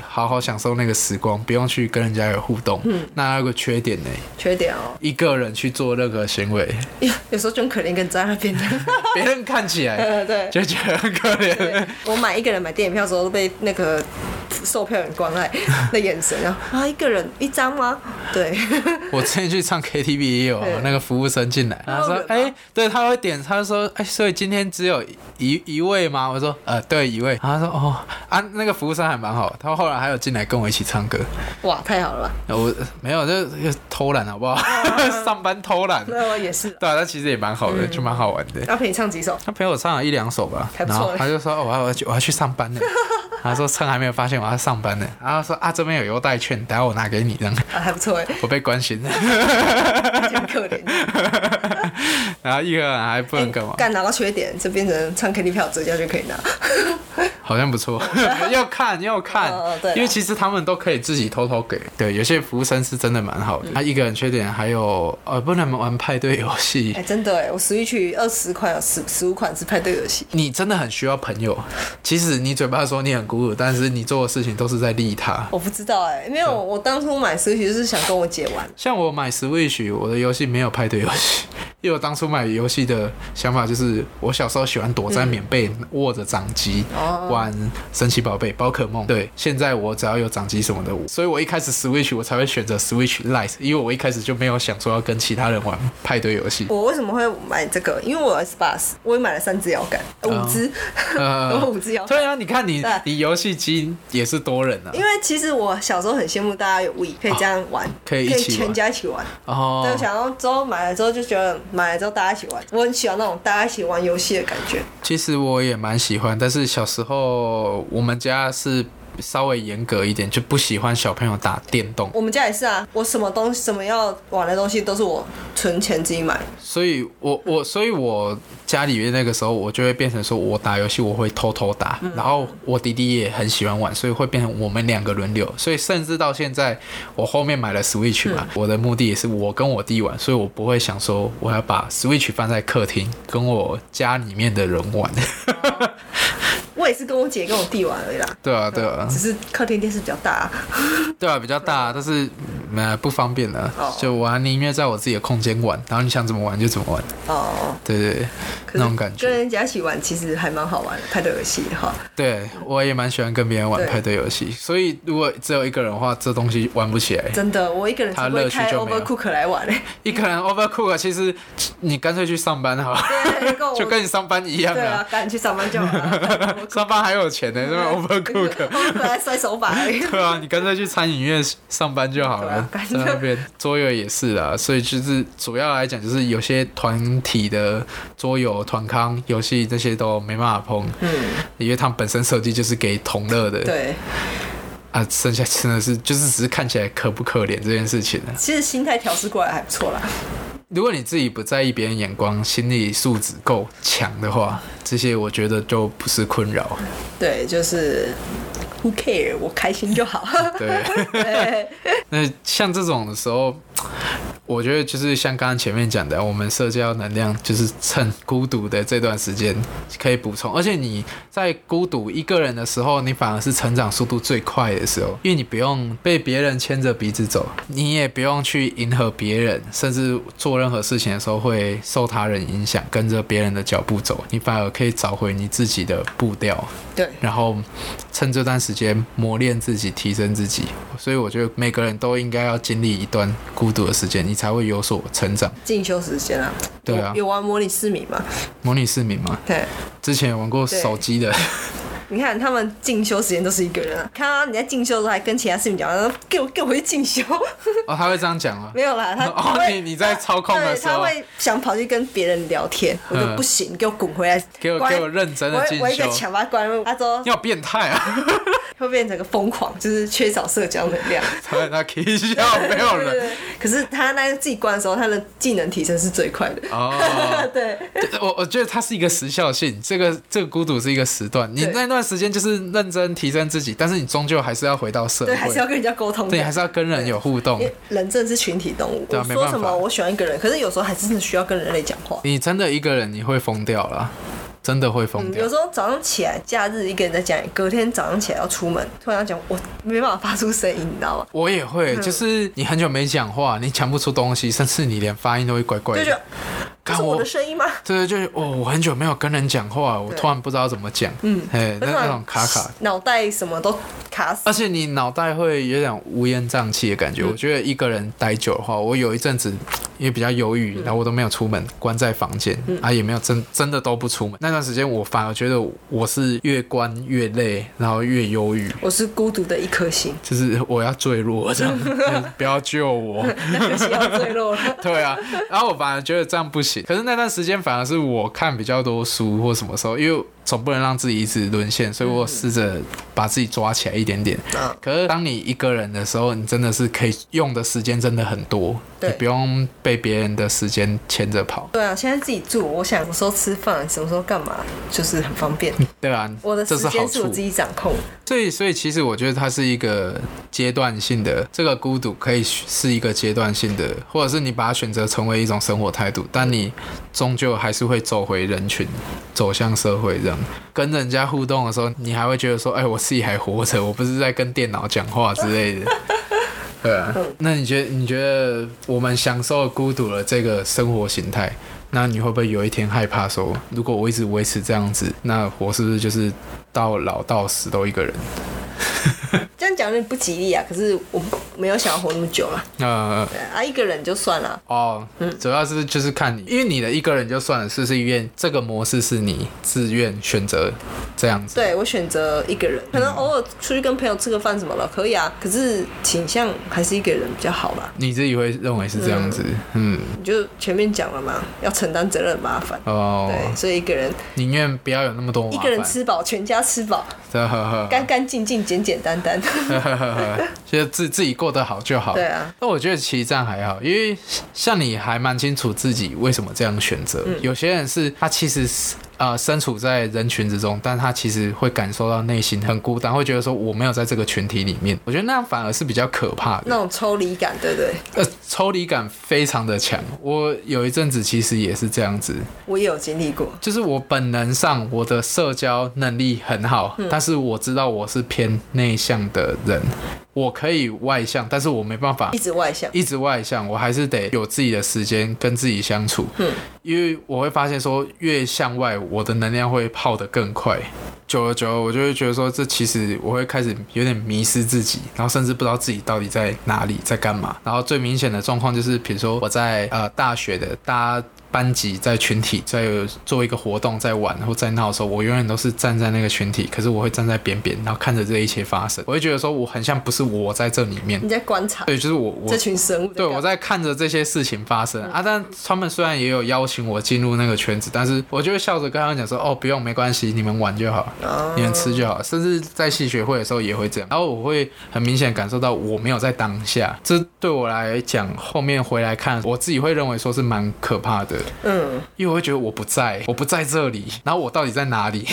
[SPEAKER 1] 好好享受那个时光，不用去跟人家有互动。
[SPEAKER 3] 嗯
[SPEAKER 1] 那有个缺点呢，
[SPEAKER 3] 缺点哦、
[SPEAKER 1] 一个人去做任何行为，
[SPEAKER 3] 有有时候就很可怜，跟在那 <laughs> 边的。
[SPEAKER 1] <laughs> 别人看起来。
[SPEAKER 3] 呃， <laughs> 对，
[SPEAKER 1] 就觉得很可怜
[SPEAKER 3] 对。我买一个人买电影票的时候，都被那个售票员关爱的眼神，然后啊，一个人一张吗？对， <laughs>
[SPEAKER 1] 我之前去唱 KTV 也有啊
[SPEAKER 3] 对
[SPEAKER 1] 那个服务生进来，他说
[SPEAKER 3] 有：“
[SPEAKER 1] 哎、
[SPEAKER 3] 人吗
[SPEAKER 1] 对，他会点，他就说：哎、所以今天只有一一位吗？”我说：“呃，对，一位。”然后他说：“哦，啊，那个服务生还蛮好，他后来还有进来跟我一起唱歌。
[SPEAKER 3] 哇，太好了吧？
[SPEAKER 1] 呃我没有，就就偷懒好不好？
[SPEAKER 3] 啊
[SPEAKER 1] <laughs> 上班偷懒。对
[SPEAKER 3] 那我也是。
[SPEAKER 1] 啊，他其实也蛮好的，就蛮好玩的。
[SPEAKER 3] 要陪你唱几首？
[SPEAKER 1] 他陪我唱了一两首吧，
[SPEAKER 3] 嗯还不
[SPEAKER 1] 然
[SPEAKER 3] 错
[SPEAKER 1] 后他就说：“哦我要我要去我要去上班了。”他说：“趁还没有发现我要上班呢。”然后他说：“啊，这边有优待券，等下我拿给你。”这样
[SPEAKER 3] 啊，还不错哎，
[SPEAKER 1] 我被关心了。 <laughs>
[SPEAKER 3] 挺可怜的。
[SPEAKER 1] 然后一个人还不能干嘛？
[SPEAKER 3] 哎干拿到缺点，这变成唱 KTV 票折价就可 <laughs> 以拿。
[SPEAKER 1] 好像不
[SPEAKER 3] <laughs>
[SPEAKER 1] 错，要看要看
[SPEAKER 3] 哦哦对，啦
[SPEAKER 1] 因为其实他们都可以自己偷偷给。对，有些服务生是真的蛮好的。
[SPEAKER 3] 嗯
[SPEAKER 1] 他一个人缺点还有呃，不能玩派对游戏
[SPEAKER 3] 哎、。真的哎，我十一区二十款有十十五款是派对游戏。
[SPEAKER 1] 你真的很需要朋友。其实你嘴巴说你很孤独，但是你做的事情都是在利他。
[SPEAKER 3] 我不知道哎、没有，我当初买十一区就是想跟我姐玩，
[SPEAKER 1] 像我买 Switch，我的游戏没有派对游戏， <laughs> 因为我当初买游戏的想法就是，我小时候喜欢躲在棉被，握着掌机、
[SPEAKER 3] 哦
[SPEAKER 1] 玩神奇宝贝、宝可梦。对，现在我只要有掌机什么的，所以我一开始 Switch 我才会选择 Switch Lite，因为我一开始就没有想说要跟其他人玩派对游戏。
[SPEAKER 3] <laughs> 我为什么会买这个？因为我有 S 八十，我也买了三支摇杆，呃五支，我五支摇杆。
[SPEAKER 1] 对啊，你看你
[SPEAKER 3] 对
[SPEAKER 1] 你游戏机也是多人啊
[SPEAKER 3] 因，为其实我小时候很羡慕大家有 We 可以这样玩，
[SPEAKER 1] 可以一起玩
[SPEAKER 3] 全家一起玩。
[SPEAKER 1] 哦
[SPEAKER 3] 对，我，想要之后买了之后就觉得买了之后大家一起玩，我很喜欢那种大家一起玩游戏的感觉。
[SPEAKER 1] 其实我也蛮喜欢，但是小时候我们家是稍微严格一点，就不喜欢小朋友打电动，
[SPEAKER 3] 我们家也是啊，我什么东西什么要玩的东西都是我存钱自己买。
[SPEAKER 1] 所以我我所以我家里面那个时候我就会变成说，我打游戏我会偷偷打，然后我弟弟也很喜欢玩，所以会变成我们两个轮流，所以甚至到现在我后面买了 Switch 嘛，我的目的也是我跟我弟玩，所以我不会想说我要把 Switch 放在客厅跟我家里面的人玩， <laughs>
[SPEAKER 3] 我也是跟我姐跟我弟玩而已啦，
[SPEAKER 1] 对啊对啊，
[SPEAKER 3] 只是客厅电视比较大、啊。
[SPEAKER 1] 对啊，比较大，但是嗯呃不方便了
[SPEAKER 3] 哦，
[SPEAKER 1] 就我还宁愿在我自己的空间玩，然后你想怎么玩就怎么玩。
[SPEAKER 3] 哦，
[SPEAKER 1] 对对对，那
[SPEAKER 3] 可是
[SPEAKER 1] 种感觉
[SPEAKER 3] 跟人家一起玩其实还蛮好玩的，派对游戏的话，
[SPEAKER 1] 对我也蛮喜欢跟别人玩
[SPEAKER 3] 对
[SPEAKER 1] 派对游戏，所以如果只有一个人的话，这东西玩不起来。
[SPEAKER 3] 真的，我一个人只
[SPEAKER 1] 它乐
[SPEAKER 3] 会
[SPEAKER 1] 趣
[SPEAKER 3] 开
[SPEAKER 1] 就没有
[SPEAKER 3] Overcook 来玩、欸，
[SPEAKER 1] 一个人 Overcook，其实你干脆去上班好了，
[SPEAKER 3] 对，跟我
[SPEAKER 1] 就跟你上班一样
[SPEAKER 3] 对
[SPEAKER 1] 啊。，
[SPEAKER 3] 啊赶紧去上班就好了。
[SPEAKER 1] <laughs> 上班还有钱呢，那么
[SPEAKER 3] <laughs>
[SPEAKER 1] Overcook。
[SPEAKER 3] Overcook 还摔手把而已。
[SPEAKER 1] <laughs> 对啊，你干脆去餐饮业上班就好
[SPEAKER 3] 对
[SPEAKER 1] 了
[SPEAKER 3] 啊，
[SPEAKER 1] 在那边桌游也是啦，所以就是主要来讲，就是有些团体的桌游、团康游戏这些都没办法碰，
[SPEAKER 3] 嗯，
[SPEAKER 1] 因为他们本身设计就是给同乐的
[SPEAKER 3] 对，
[SPEAKER 1] 啊，剩下真的是就是只是看起来可不可怜这件事情啊。
[SPEAKER 3] 其实心态调试过来还不错啦。
[SPEAKER 1] 如果你自己不在意别人眼光，心理素质够强的话，这些我觉得就不是困扰。
[SPEAKER 3] 对，就是 Who care，我开心就好。
[SPEAKER 1] <laughs> 对，
[SPEAKER 3] 对，
[SPEAKER 1] 那像这种的时候，我觉得就是像刚刚前面讲的，我们社交能量就是趁孤独的这段时间可以补充，而且你在孤独一个人的时候，你反而是成长速度最快的时候，因为你不用被别人牵着鼻子走，你也不用去迎合别人，甚至做任何事情的时候会受他人影响，跟着别人的脚步走，你反而可以找回你自己的步调。
[SPEAKER 3] 对，
[SPEAKER 1] 然后趁这段时间磨练自己、提升自己。所以我觉得每个人都应该要经历一段孤独的时间，你才会有所成长。
[SPEAKER 3] 进修时间啊。
[SPEAKER 1] 对啊
[SPEAKER 3] 有有玩模拟市民嘛？
[SPEAKER 1] 模拟市民嘛，
[SPEAKER 3] 对，
[SPEAKER 1] 之前有玩过
[SPEAKER 3] 对
[SPEAKER 1] 手机的，
[SPEAKER 3] 你看他们进修时间都是一个人啊，看到你在进修的时候还跟其他市民讲，说给我给我回去进修， <laughs>
[SPEAKER 1] <laughs> 哦，他会这样讲吗？
[SPEAKER 3] 没有啦，他
[SPEAKER 1] 哦
[SPEAKER 3] 他会
[SPEAKER 1] 你你在操控的时候
[SPEAKER 3] 对他会想跑去跟别人聊天，我就
[SPEAKER 1] 嗯
[SPEAKER 3] 不行，你给我滚回来，
[SPEAKER 1] 给我
[SPEAKER 3] 关
[SPEAKER 1] 给我认真地
[SPEAKER 3] 我会
[SPEAKER 1] 进修
[SPEAKER 3] 我一个抢把他关入，他说
[SPEAKER 1] 要变态
[SPEAKER 3] <laughs>
[SPEAKER 1] 啊！
[SPEAKER 3] 会变成个疯狂，就是缺少社交能量。
[SPEAKER 1] 他他 K 笑，没有
[SPEAKER 3] 对
[SPEAKER 1] 人。
[SPEAKER 3] 对可是他那个自己关的时候，他的技能提升是最快的。
[SPEAKER 1] 哦，
[SPEAKER 3] <laughs> 对，
[SPEAKER 1] 我我觉得它是一个时效性，这个这个孤独是一个时段，你
[SPEAKER 3] 对
[SPEAKER 1] 那段时间就是认真提升自己，但是你终究还是要回到社
[SPEAKER 3] 对，还是要
[SPEAKER 1] 会，
[SPEAKER 3] 跟人家沟通的。
[SPEAKER 1] 对，还是要跟人有互动
[SPEAKER 3] 因。为人真的是群体动物。
[SPEAKER 1] 对啊
[SPEAKER 3] 我
[SPEAKER 1] 没办
[SPEAKER 3] 说
[SPEAKER 1] 法
[SPEAKER 3] 什么我喜欢一个人，可是有时候还真的需要跟人类讲话。
[SPEAKER 1] 你真的一个人，你会疯掉啦，真的会疯
[SPEAKER 3] 嗯
[SPEAKER 1] 掉
[SPEAKER 3] 有。时候早上起来，假日一个人在家里，隔天早上起来要出门，突然要讲，我没办法发出声音，你知道吗？
[SPEAKER 1] 我也会，
[SPEAKER 3] 嗯
[SPEAKER 1] 就是你很久没讲话，你讲不出东西，甚至你连发音都会怪怪
[SPEAKER 3] 就觉
[SPEAKER 1] 的
[SPEAKER 3] 得。这是我的声音吗？
[SPEAKER 1] 对对，就是哦，我很久没有跟人讲话，我
[SPEAKER 3] 对
[SPEAKER 1] 突然不知道怎么讲，嗯，哎，那
[SPEAKER 3] 突
[SPEAKER 1] 那
[SPEAKER 3] 然
[SPEAKER 1] 种卡卡的，
[SPEAKER 3] <laughs> 脑袋什么都卡死
[SPEAKER 1] 而。且你脑袋会有点乌烟瘴气的感
[SPEAKER 3] 嗯
[SPEAKER 1] 觉。我觉得一个人待久的话，我有一阵子也比较忧
[SPEAKER 3] 嗯
[SPEAKER 1] 郁，然后我都没有出门，关在房间，啊，也没有真真的都不出门。那段时间我反而觉得我是越关越累，然后越忧郁。
[SPEAKER 3] 我是孤独的一
[SPEAKER 1] <laughs>
[SPEAKER 3] 颗心，
[SPEAKER 1] 就是我要坠落
[SPEAKER 3] <laughs>
[SPEAKER 1] 这样，嗯不要救我。
[SPEAKER 3] 那颗心要坠落了。
[SPEAKER 1] <laughs> 对啊，然后我反而觉得这样不行。可是那段时间反而是我看比较多书或什么时候，因为总不能让自己一直沦陷，所以我试着把自己抓起来一点点。
[SPEAKER 3] 嗯
[SPEAKER 1] 可是当你一个人的时候，你真的是可以用的时间真的很多，你
[SPEAKER 3] 对
[SPEAKER 1] 不用被别人的时间牵着跑。
[SPEAKER 3] 对啊，现在自己住，我想什么时候吃饭，什么时候干嘛，就是很方便。
[SPEAKER 1] 对啊，
[SPEAKER 3] 我的
[SPEAKER 1] 这
[SPEAKER 3] 时
[SPEAKER 1] 是好
[SPEAKER 3] 间是我
[SPEAKER 1] 处
[SPEAKER 3] 自。己掌控的。
[SPEAKER 1] 所以，所以其实我觉得它是一个阶段性的，这个孤独可以是一个阶段性的，或者是你把它选择成为一种生活态度，但你终究还是会走回人群，走向社会这样。跟人家互动的时候，你还会觉得说，哎，我自己还活着，我不是在跟电脑讲话之类的。对啊，那你觉得你觉得我们享受孤独的这个生活形态，那你会不会有一天害怕说，如果我一直维持这样子，那我是不是就是到老到死都一个人？
[SPEAKER 3] 这样讲有点不吉利啊，可是我没有想要活那么久了。
[SPEAKER 1] 呃，
[SPEAKER 3] 对啊，一个人就算了。
[SPEAKER 1] 哦，
[SPEAKER 3] 嗯
[SPEAKER 1] 主要是就是看你，因为你的一个人就算了，是不是愿这个模式是你自愿选择这样子？
[SPEAKER 3] 对我选择一个人，可能偶尔出去跟朋友吃个饭什么的可以啊，可是倾向还是一个人比较好吧。
[SPEAKER 1] 你自己会认为是这样子？嗯，
[SPEAKER 3] 你就前面讲了嘛，要承担责任麻烦。
[SPEAKER 1] 哦，
[SPEAKER 3] 对，所以一个人
[SPEAKER 1] 宁愿不要有那么多麻
[SPEAKER 3] 一
[SPEAKER 1] 烦。啊
[SPEAKER 3] 个人吃饱，全家吃饱，
[SPEAKER 1] <laughs> 呵呵呵，
[SPEAKER 3] 干干净净，简简单单。
[SPEAKER 1] 就是自自己过得好就好。
[SPEAKER 3] 对啊，
[SPEAKER 1] 那我觉得其实这样还好，因为像你还蛮清楚自己为什么这样选择。
[SPEAKER 3] 嗯
[SPEAKER 1] 有些人是他其实是呃身处在人群之中，但他其实会感受到内心很孤单，会觉得说我没有在这个群体里面。我觉得那样反而是比较可怕的。
[SPEAKER 3] 那种抽离感，对不对？
[SPEAKER 1] 呃，抽离感非常的强。我有一阵子其实也是这样子，
[SPEAKER 3] 我也有经历过。
[SPEAKER 1] 就是我本能上我的社交能力很好，但是我知道我是偏内向的人，我可以外向，但是我没办法
[SPEAKER 3] 一直外向，
[SPEAKER 1] 一直外向，我还是得有自己的时间跟自己相处。嗯，因为我会发现说，越向外，我的能量会耗得更快。久而久而，我就会觉得说，这其实我会开始有点迷失自己，然后甚至不知道自己到底在哪里，在干嘛。然后最明显的状况就是，比如说我在呃大学的大家班级在群体在做一个活动在玩或在闹的时候，我永远都是站在那个群体，可是我会站在边边，然后看着这一切发生，我会觉得说我很像不是我在这里面
[SPEAKER 3] 你，在观察
[SPEAKER 1] 对，就是我我
[SPEAKER 3] 这群生物。
[SPEAKER 1] 对，我。在看着这些事情发生、啊。但他们虽然也有邀请我进入那个圈子，但是我就会笑着跟他们讲说：“哦，不用，没关系，你们玩就好，你们吃就好。”甚至在戏学会的时候也会这样。然后我会很明显感受到我没有在当下，这对我来讲，后面回来看，我自己会认为说是蛮可怕的，
[SPEAKER 3] 嗯，
[SPEAKER 1] 因为我会觉得我不在，我不在这里，然后我到底在哪里？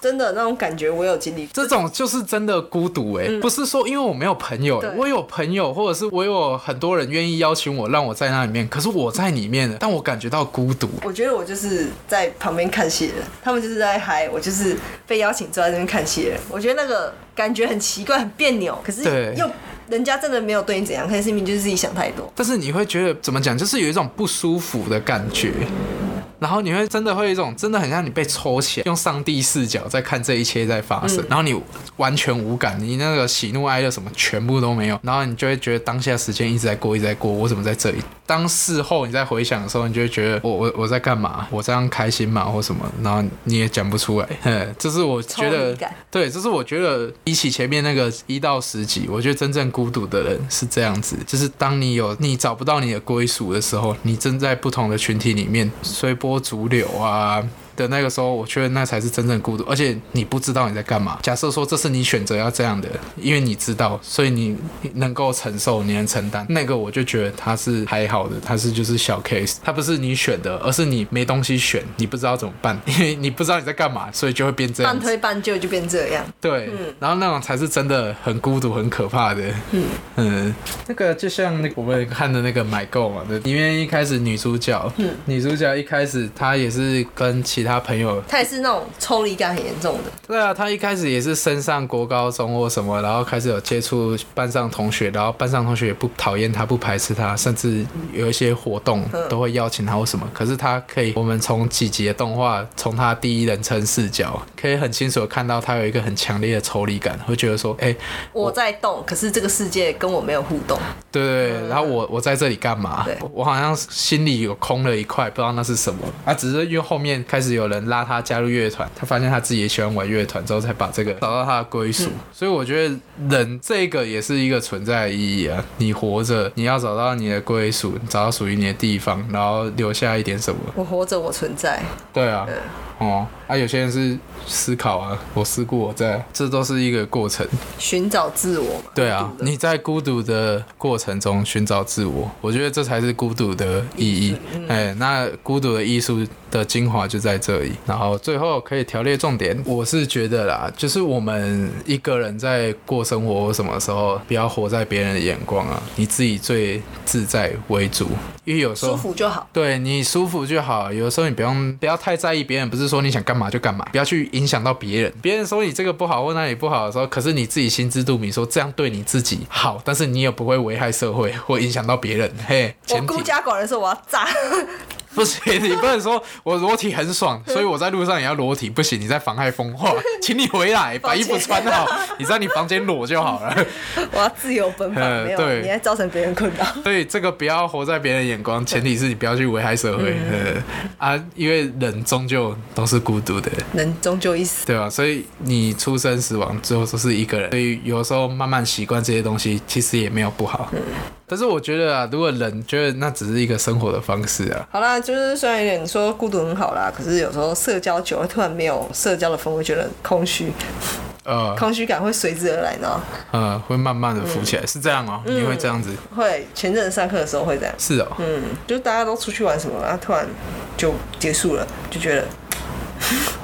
[SPEAKER 3] 真的那种感觉我有经历。
[SPEAKER 1] 这种就是真的孤独哎、不是说因为我没有朋友欸、
[SPEAKER 3] 对
[SPEAKER 1] 我有朋友，或者是我有很多人愿意邀请我，让我在那里面，可是我在里面了，但我感觉到孤独。
[SPEAKER 3] 我觉得我就是在旁边看戏的人，他们就是在嗨，我就是被邀请坐在这边看戏的人。我觉得那个感觉很奇怪，很别扭，可是
[SPEAKER 1] 对
[SPEAKER 3] 又人家真的没有对你怎样，可是你就是自己想太多。
[SPEAKER 1] 但是你会觉得怎么讲，就是有一种不舒服的感觉，然后你会真的会有一种真的很像你被抽起来，用上帝视角在看这一切在发
[SPEAKER 3] 嗯
[SPEAKER 1] 生，然后你完全无感，你那个喜怒哀乐什么全部都没有，然后你就会觉得当下时间一直在过，一直在过，我怎么在这里？当事后你在回想的时候，你就会觉得我我我在干嘛？我这样开心吗？或什么？然后你也讲不出来，嗯，这是我觉
[SPEAKER 3] 抽
[SPEAKER 1] 得
[SPEAKER 3] 离感
[SPEAKER 1] 对，这是我觉得比起前面那个一到十集，我觉得真正孤独的人是这样子，就是当你有你找不到你的归属的时候，你正在不同的群体里面随波逐流啊。的那个时候，我觉得那才是真正孤独，而且你不知道你在干嘛。假设说这是你选择要这样的，因为你知道，所以你你能够承受，你能承担那个，我就觉得他是还好的，他是就是小 case，他不是你选的，而是你没东西选，你不知道怎么办，因为你不知道你在干嘛，所以就会变这样
[SPEAKER 3] 半
[SPEAKER 1] 子。
[SPEAKER 3] 推半就就变这样，
[SPEAKER 1] 对，然后那种才是真的很孤独、很可怕的。嗯那个就像那个我们看的那个《买购》嘛，对里面一开始女主角，女主角一开始她也是跟其他朋友，
[SPEAKER 3] 他也是那种抽离感很严重的。
[SPEAKER 1] 对啊，她一开始也是升上国高中或什么，然后开始有接触班上同学，然后班上同学也不讨厌她、不排斥她，甚至有一些活动
[SPEAKER 3] 嗯
[SPEAKER 1] 都会邀请她或什么。可是她可以，我们从几集的动画，从她第一人称视角，可以很清楚的看到她有一个很强烈的抽离感，会觉得说，哎、
[SPEAKER 3] 我在动，可是这个世界跟我没有互动。
[SPEAKER 1] 对对对，然后我我在这里干嘛
[SPEAKER 3] 对？
[SPEAKER 1] 我好像心里有空了一块，不知道那是什么啊。只是因为后面开始有人拉他加入乐团，他发现他自己也喜欢玩乐团，之后才把这个找到他的归属。所以我觉得人这个也是一个存在的意义啊。你活着，你要找到你的归属，找到属于你的地方，然后留下一点什么。
[SPEAKER 3] 我活着，我存在。
[SPEAKER 1] 对啊，哦，啊，有些人是思考啊，我思故我在，这都是一个过程。
[SPEAKER 3] 寻找自我嘛。
[SPEAKER 1] 对啊，你在孤独的过程中寻找自我，我觉得这才是孤独的意义。
[SPEAKER 3] 嗯
[SPEAKER 1] 哎、那孤独的艺术的精华就在这里。然后最后可以条列重点，我是觉得啦，就是我们一个人在过生活或什么时候，不要活在别人的眼光啊，你自己最自在为主，因为有时候
[SPEAKER 3] 舒服就好。
[SPEAKER 1] 对你舒服就好，有时候你不用不要太在意别人，不是说你想干嘛就干嘛，不要去影响到别人。别人说你这个不好或那里不好的时候，可是你自己心知肚明，说这样对你自己好，但是你也不会危害社会或影响到别人。嘿，
[SPEAKER 3] 我
[SPEAKER 1] 前提
[SPEAKER 3] 孤家寡人的时候，我要炸。 <laughs>
[SPEAKER 1] 不行，你不能说我裸体很爽，所以我在路上也要裸体，不行，你在妨害风化，请你回来把衣服穿好，你在你房间裸就好了。
[SPEAKER 3] 我要自由奔放，
[SPEAKER 1] 呃
[SPEAKER 3] 没有，啊
[SPEAKER 1] 对
[SPEAKER 3] 你还造成别人困扰。
[SPEAKER 1] 所以这个不要活在别人眼光，前提是你不要去危害社会。呃啊，因为人终究都是孤独的。
[SPEAKER 3] 人终究一死，
[SPEAKER 1] 对啊，所以你出生死亡最后都是一个人，所以有时候慢慢习惯这些东西，其实也没有不好。
[SPEAKER 3] 嗯
[SPEAKER 1] 但是我觉得啊，如果人觉得那只是一个生活的方式啊，
[SPEAKER 3] 好啦，就是虽然有点说孤独很好啦，可是有时候社交久了，突然没有社交的氛围，觉得很空虚，
[SPEAKER 1] 呃
[SPEAKER 3] 空虚感会随之而来呢。
[SPEAKER 1] 呃，会慢慢的浮起来，
[SPEAKER 3] 嗯
[SPEAKER 1] 是这样哦、你会这样子，
[SPEAKER 3] 会前阵子上课的时候会这样，
[SPEAKER 1] 是哦、
[SPEAKER 3] 嗯，就大家都出去玩什么，然后突然就结束了，就觉得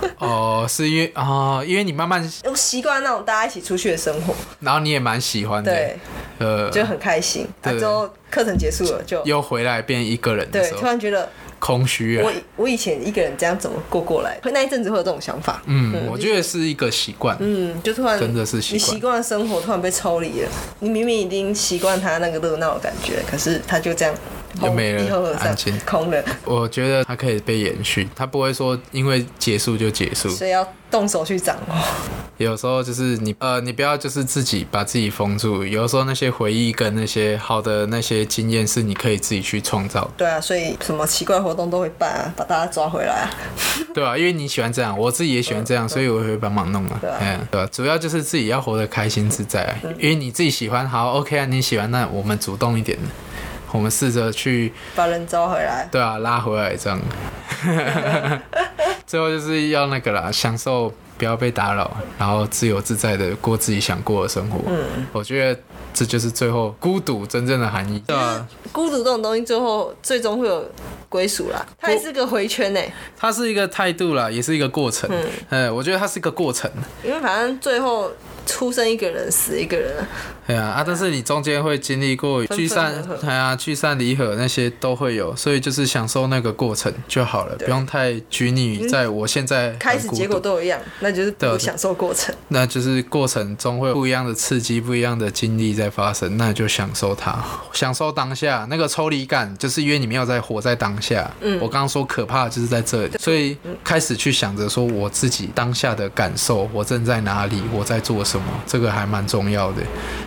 [SPEAKER 3] 嗯
[SPEAKER 1] 哦、是因为啊、因为你慢慢，
[SPEAKER 3] 我习惯那种大家一起出去的生活，
[SPEAKER 1] 然后你也蛮喜欢的
[SPEAKER 3] 对，，
[SPEAKER 1] 呃，
[SPEAKER 3] 就很开心。啊、
[SPEAKER 1] 对
[SPEAKER 3] 之后课程结束了，就
[SPEAKER 1] 又回来变一个人的
[SPEAKER 3] 对，
[SPEAKER 1] 时候
[SPEAKER 3] 突，然觉得
[SPEAKER 1] 空虚啊
[SPEAKER 3] 我。以我以前一个人这样怎么过过来？会那一阵子会有这种想法，
[SPEAKER 1] 嗯，我觉得是一个习惯。
[SPEAKER 3] 嗯，就突然
[SPEAKER 1] 真的是习
[SPEAKER 3] 你
[SPEAKER 1] 惯
[SPEAKER 3] 习惯了生活，突然被抽离了。你明明已经习惯他那个热闹的感觉，可是他就这样
[SPEAKER 1] 就没了
[SPEAKER 3] 一哄而散
[SPEAKER 1] 安静
[SPEAKER 3] 空了，
[SPEAKER 1] 我觉得它可以被延续，它不会说因为结束就结束。
[SPEAKER 3] 所以要动手去掌握。
[SPEAKER 1] 有时候就是你呃，你不要就是自己把自己封住。有时候那些回忆跟那些好的那些经验是你可以自己去创造
[SPEAKER 3] <laughs>
[SPEAKER 1] 的，
[SPEAKER 3] 对啊，所以什么奇怪活动都会办啊，把大家抓回来啊。
[SPEAKER 1] 对吧、因为你喜欢这样，我自己也喜欢这样，所以我也会帮忙弄啊
[SPEAKER 3] 对啊，
[SPEAKER 1] 嗯，对吧、主要就是自己要活得开心自在啊，因为你自己喜欢，好 OK 啊，你喜欢，那我们主动一点，我们试着去
[SPEAKER 3] 把人抓回来。
[SPEAKER 1] 对啊，拉回来这
[SPEAKER 3] <laughs>
[SPEAKER 1] 样。最后就是要那个啦，享受不要被打扰，然后自由自在的过自己想过的生活。嗯，我觉得这就是最后孤独真正的含
[SPEAKER 3] 嗯
[SPEAKER 1] 义。对啊，
[SPEAKER 3] 孤独这种东西，最后最终会有归属啦，它也是个回圈呢、欸
[SPEAKER 1] 它是一个态度啦，也是一个过程。嗯，我觉得它是一个过程。
[SPEAKER 3] 因为反正最后出生一个人，死一个人啊。
[SPEAKER 1] 对啊，啊，但是你中间会经历过
[SPEAKER 3] 分
[SPEAKER 1] 聚散
[SPEAKER 3] 合合，
[SPEAKER 1] 对啊，聚散离合那些都会有，所以就是享受那个过程就好了，不用太拘泥于在我现在很
[SPEAKER 3] 开始
[SPEAKER 1] 孤
[SPEAKER 3] 结
[SPEAKER 1] 独
[SPEAKER 3] 果都一样，那就是
[SPEAKER 1] 对
[SPEAKER 3] 不享受
[SPEAKER 1] <laughs>
[SPEAKER 3] 过程。
[SPEAKER 1] 那就是过程中会有不一样的刺激、不一样的经历在发生，那你就享受它，享受当下那个抽离感，就是因为你没有在活在当下。嗯，我刚刚说可怕的就是在这里，所以开始去想着说我自己当下的感受，我正在哪里，我在做什么，这个还蛮重要的。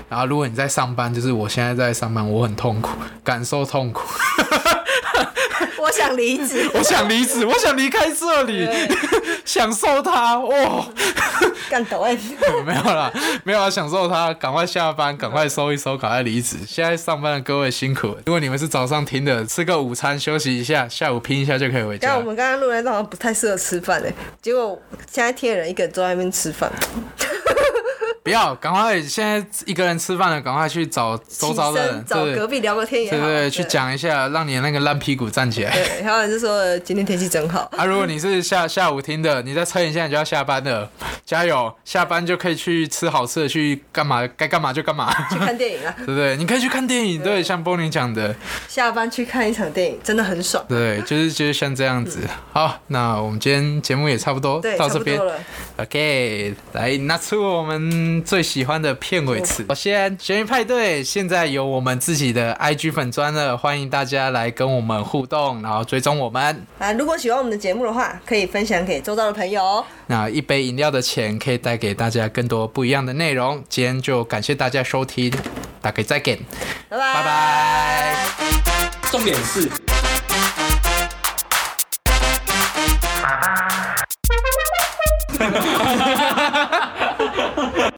[SPEAKER 1] 然后如果你在上班，就是我现在在上班，我很痛苦，感受痛苦，啊
[SPEAKER 3] 我想离职，
[SPEAKER 1] 我想离职，我想离开这里， <laughs> 享受它，哦哇、
[SPEAKER 3] 干倒哎！
[SPEAKER 1] 没有啦，没有啦，享受它，赶快下班，赶快收一收，赶快离职。现在上班的各位辛苦了，如果你们是早上听的，吃个午餐休息一下，下午拼一下就可以回
[SPEAKER 3] 刚
[SPEAKER 1] 家
[SPEAKER 3] 刚我
[SPEAKER 1] 了。
[SPEAKER 3] 们刚刚录那段好像不太适合吃饭哎、结果现在听的人一个人坐在那边吃饭，
[SPEAKER 1] 不要，赶快现在一个人吃饭了，赶快去找周遭
[SPEAKER 3] 起
[SPEAKER 1] 的
[SPEAKER 3] 身
[SPEAKER 1] 人，
[SPEAKER 3] 找
[SPEAKER 1] 对
[SPEAKER 3] 隔壁聊个天也好，
[SPEAKER 1] 对对，去。讲一下，让你那个烂屁股站起来。
[SPEAKER 3] 对，还有人就说呃今天天气真
[SPEAKER 1] <laughs>
[SPEAKER 3] 好，
[SPEAKER 1] 啊，如果你是下下午听的，你再撑一下，你就要下班了，加油！下班就可以去吃好吃的，去干嘛该干嘛就干嘛， <laughs>
[SPEAKER 3] 去看电影啊，
[SPEAKER 1] 对不对？你可以去看电影，对，像波尼讲的，
[SPEAKER 3] 下班去看一场电影真的
[SPEAKER 1] <laughs>
[SPEAKER 3] 很爽。
[SPEAKER 1] 对，就是就是像这样子。好，那我们今天节目也差不多
[SPEAKER 3] 嗯对，
[SPEAKER 1] 到
[SPEAKER 3] 差
[SPEAKER 1] 这
[SPEAKER 3] 不
[SPEAKER 1] 边
[SPEAKER 3] 多。了，
[SPEAKER 1] OK，来拿出我们最喜欢的片尾词。首
[SPEAKER 3] 哦
[SPEAKER 1] 先，悬疑派对现在有我们自己的 IG 粉砖了，欢迎大家来跟我们互动，然后追踪我们。
[SPEAKER 3] 啊，如果喜欢我们的节目的话，可以分享给周遭的朋友哦。
[SPEAKER 1] 那一杯饮料的钱可以带给大家更多不一样的内容。今天就感谢大家收听，大家再见，
[SPEAKER 3] 拜拜
[SPEAKER 1] 拜拜。
[SPEAKER 2] 重点是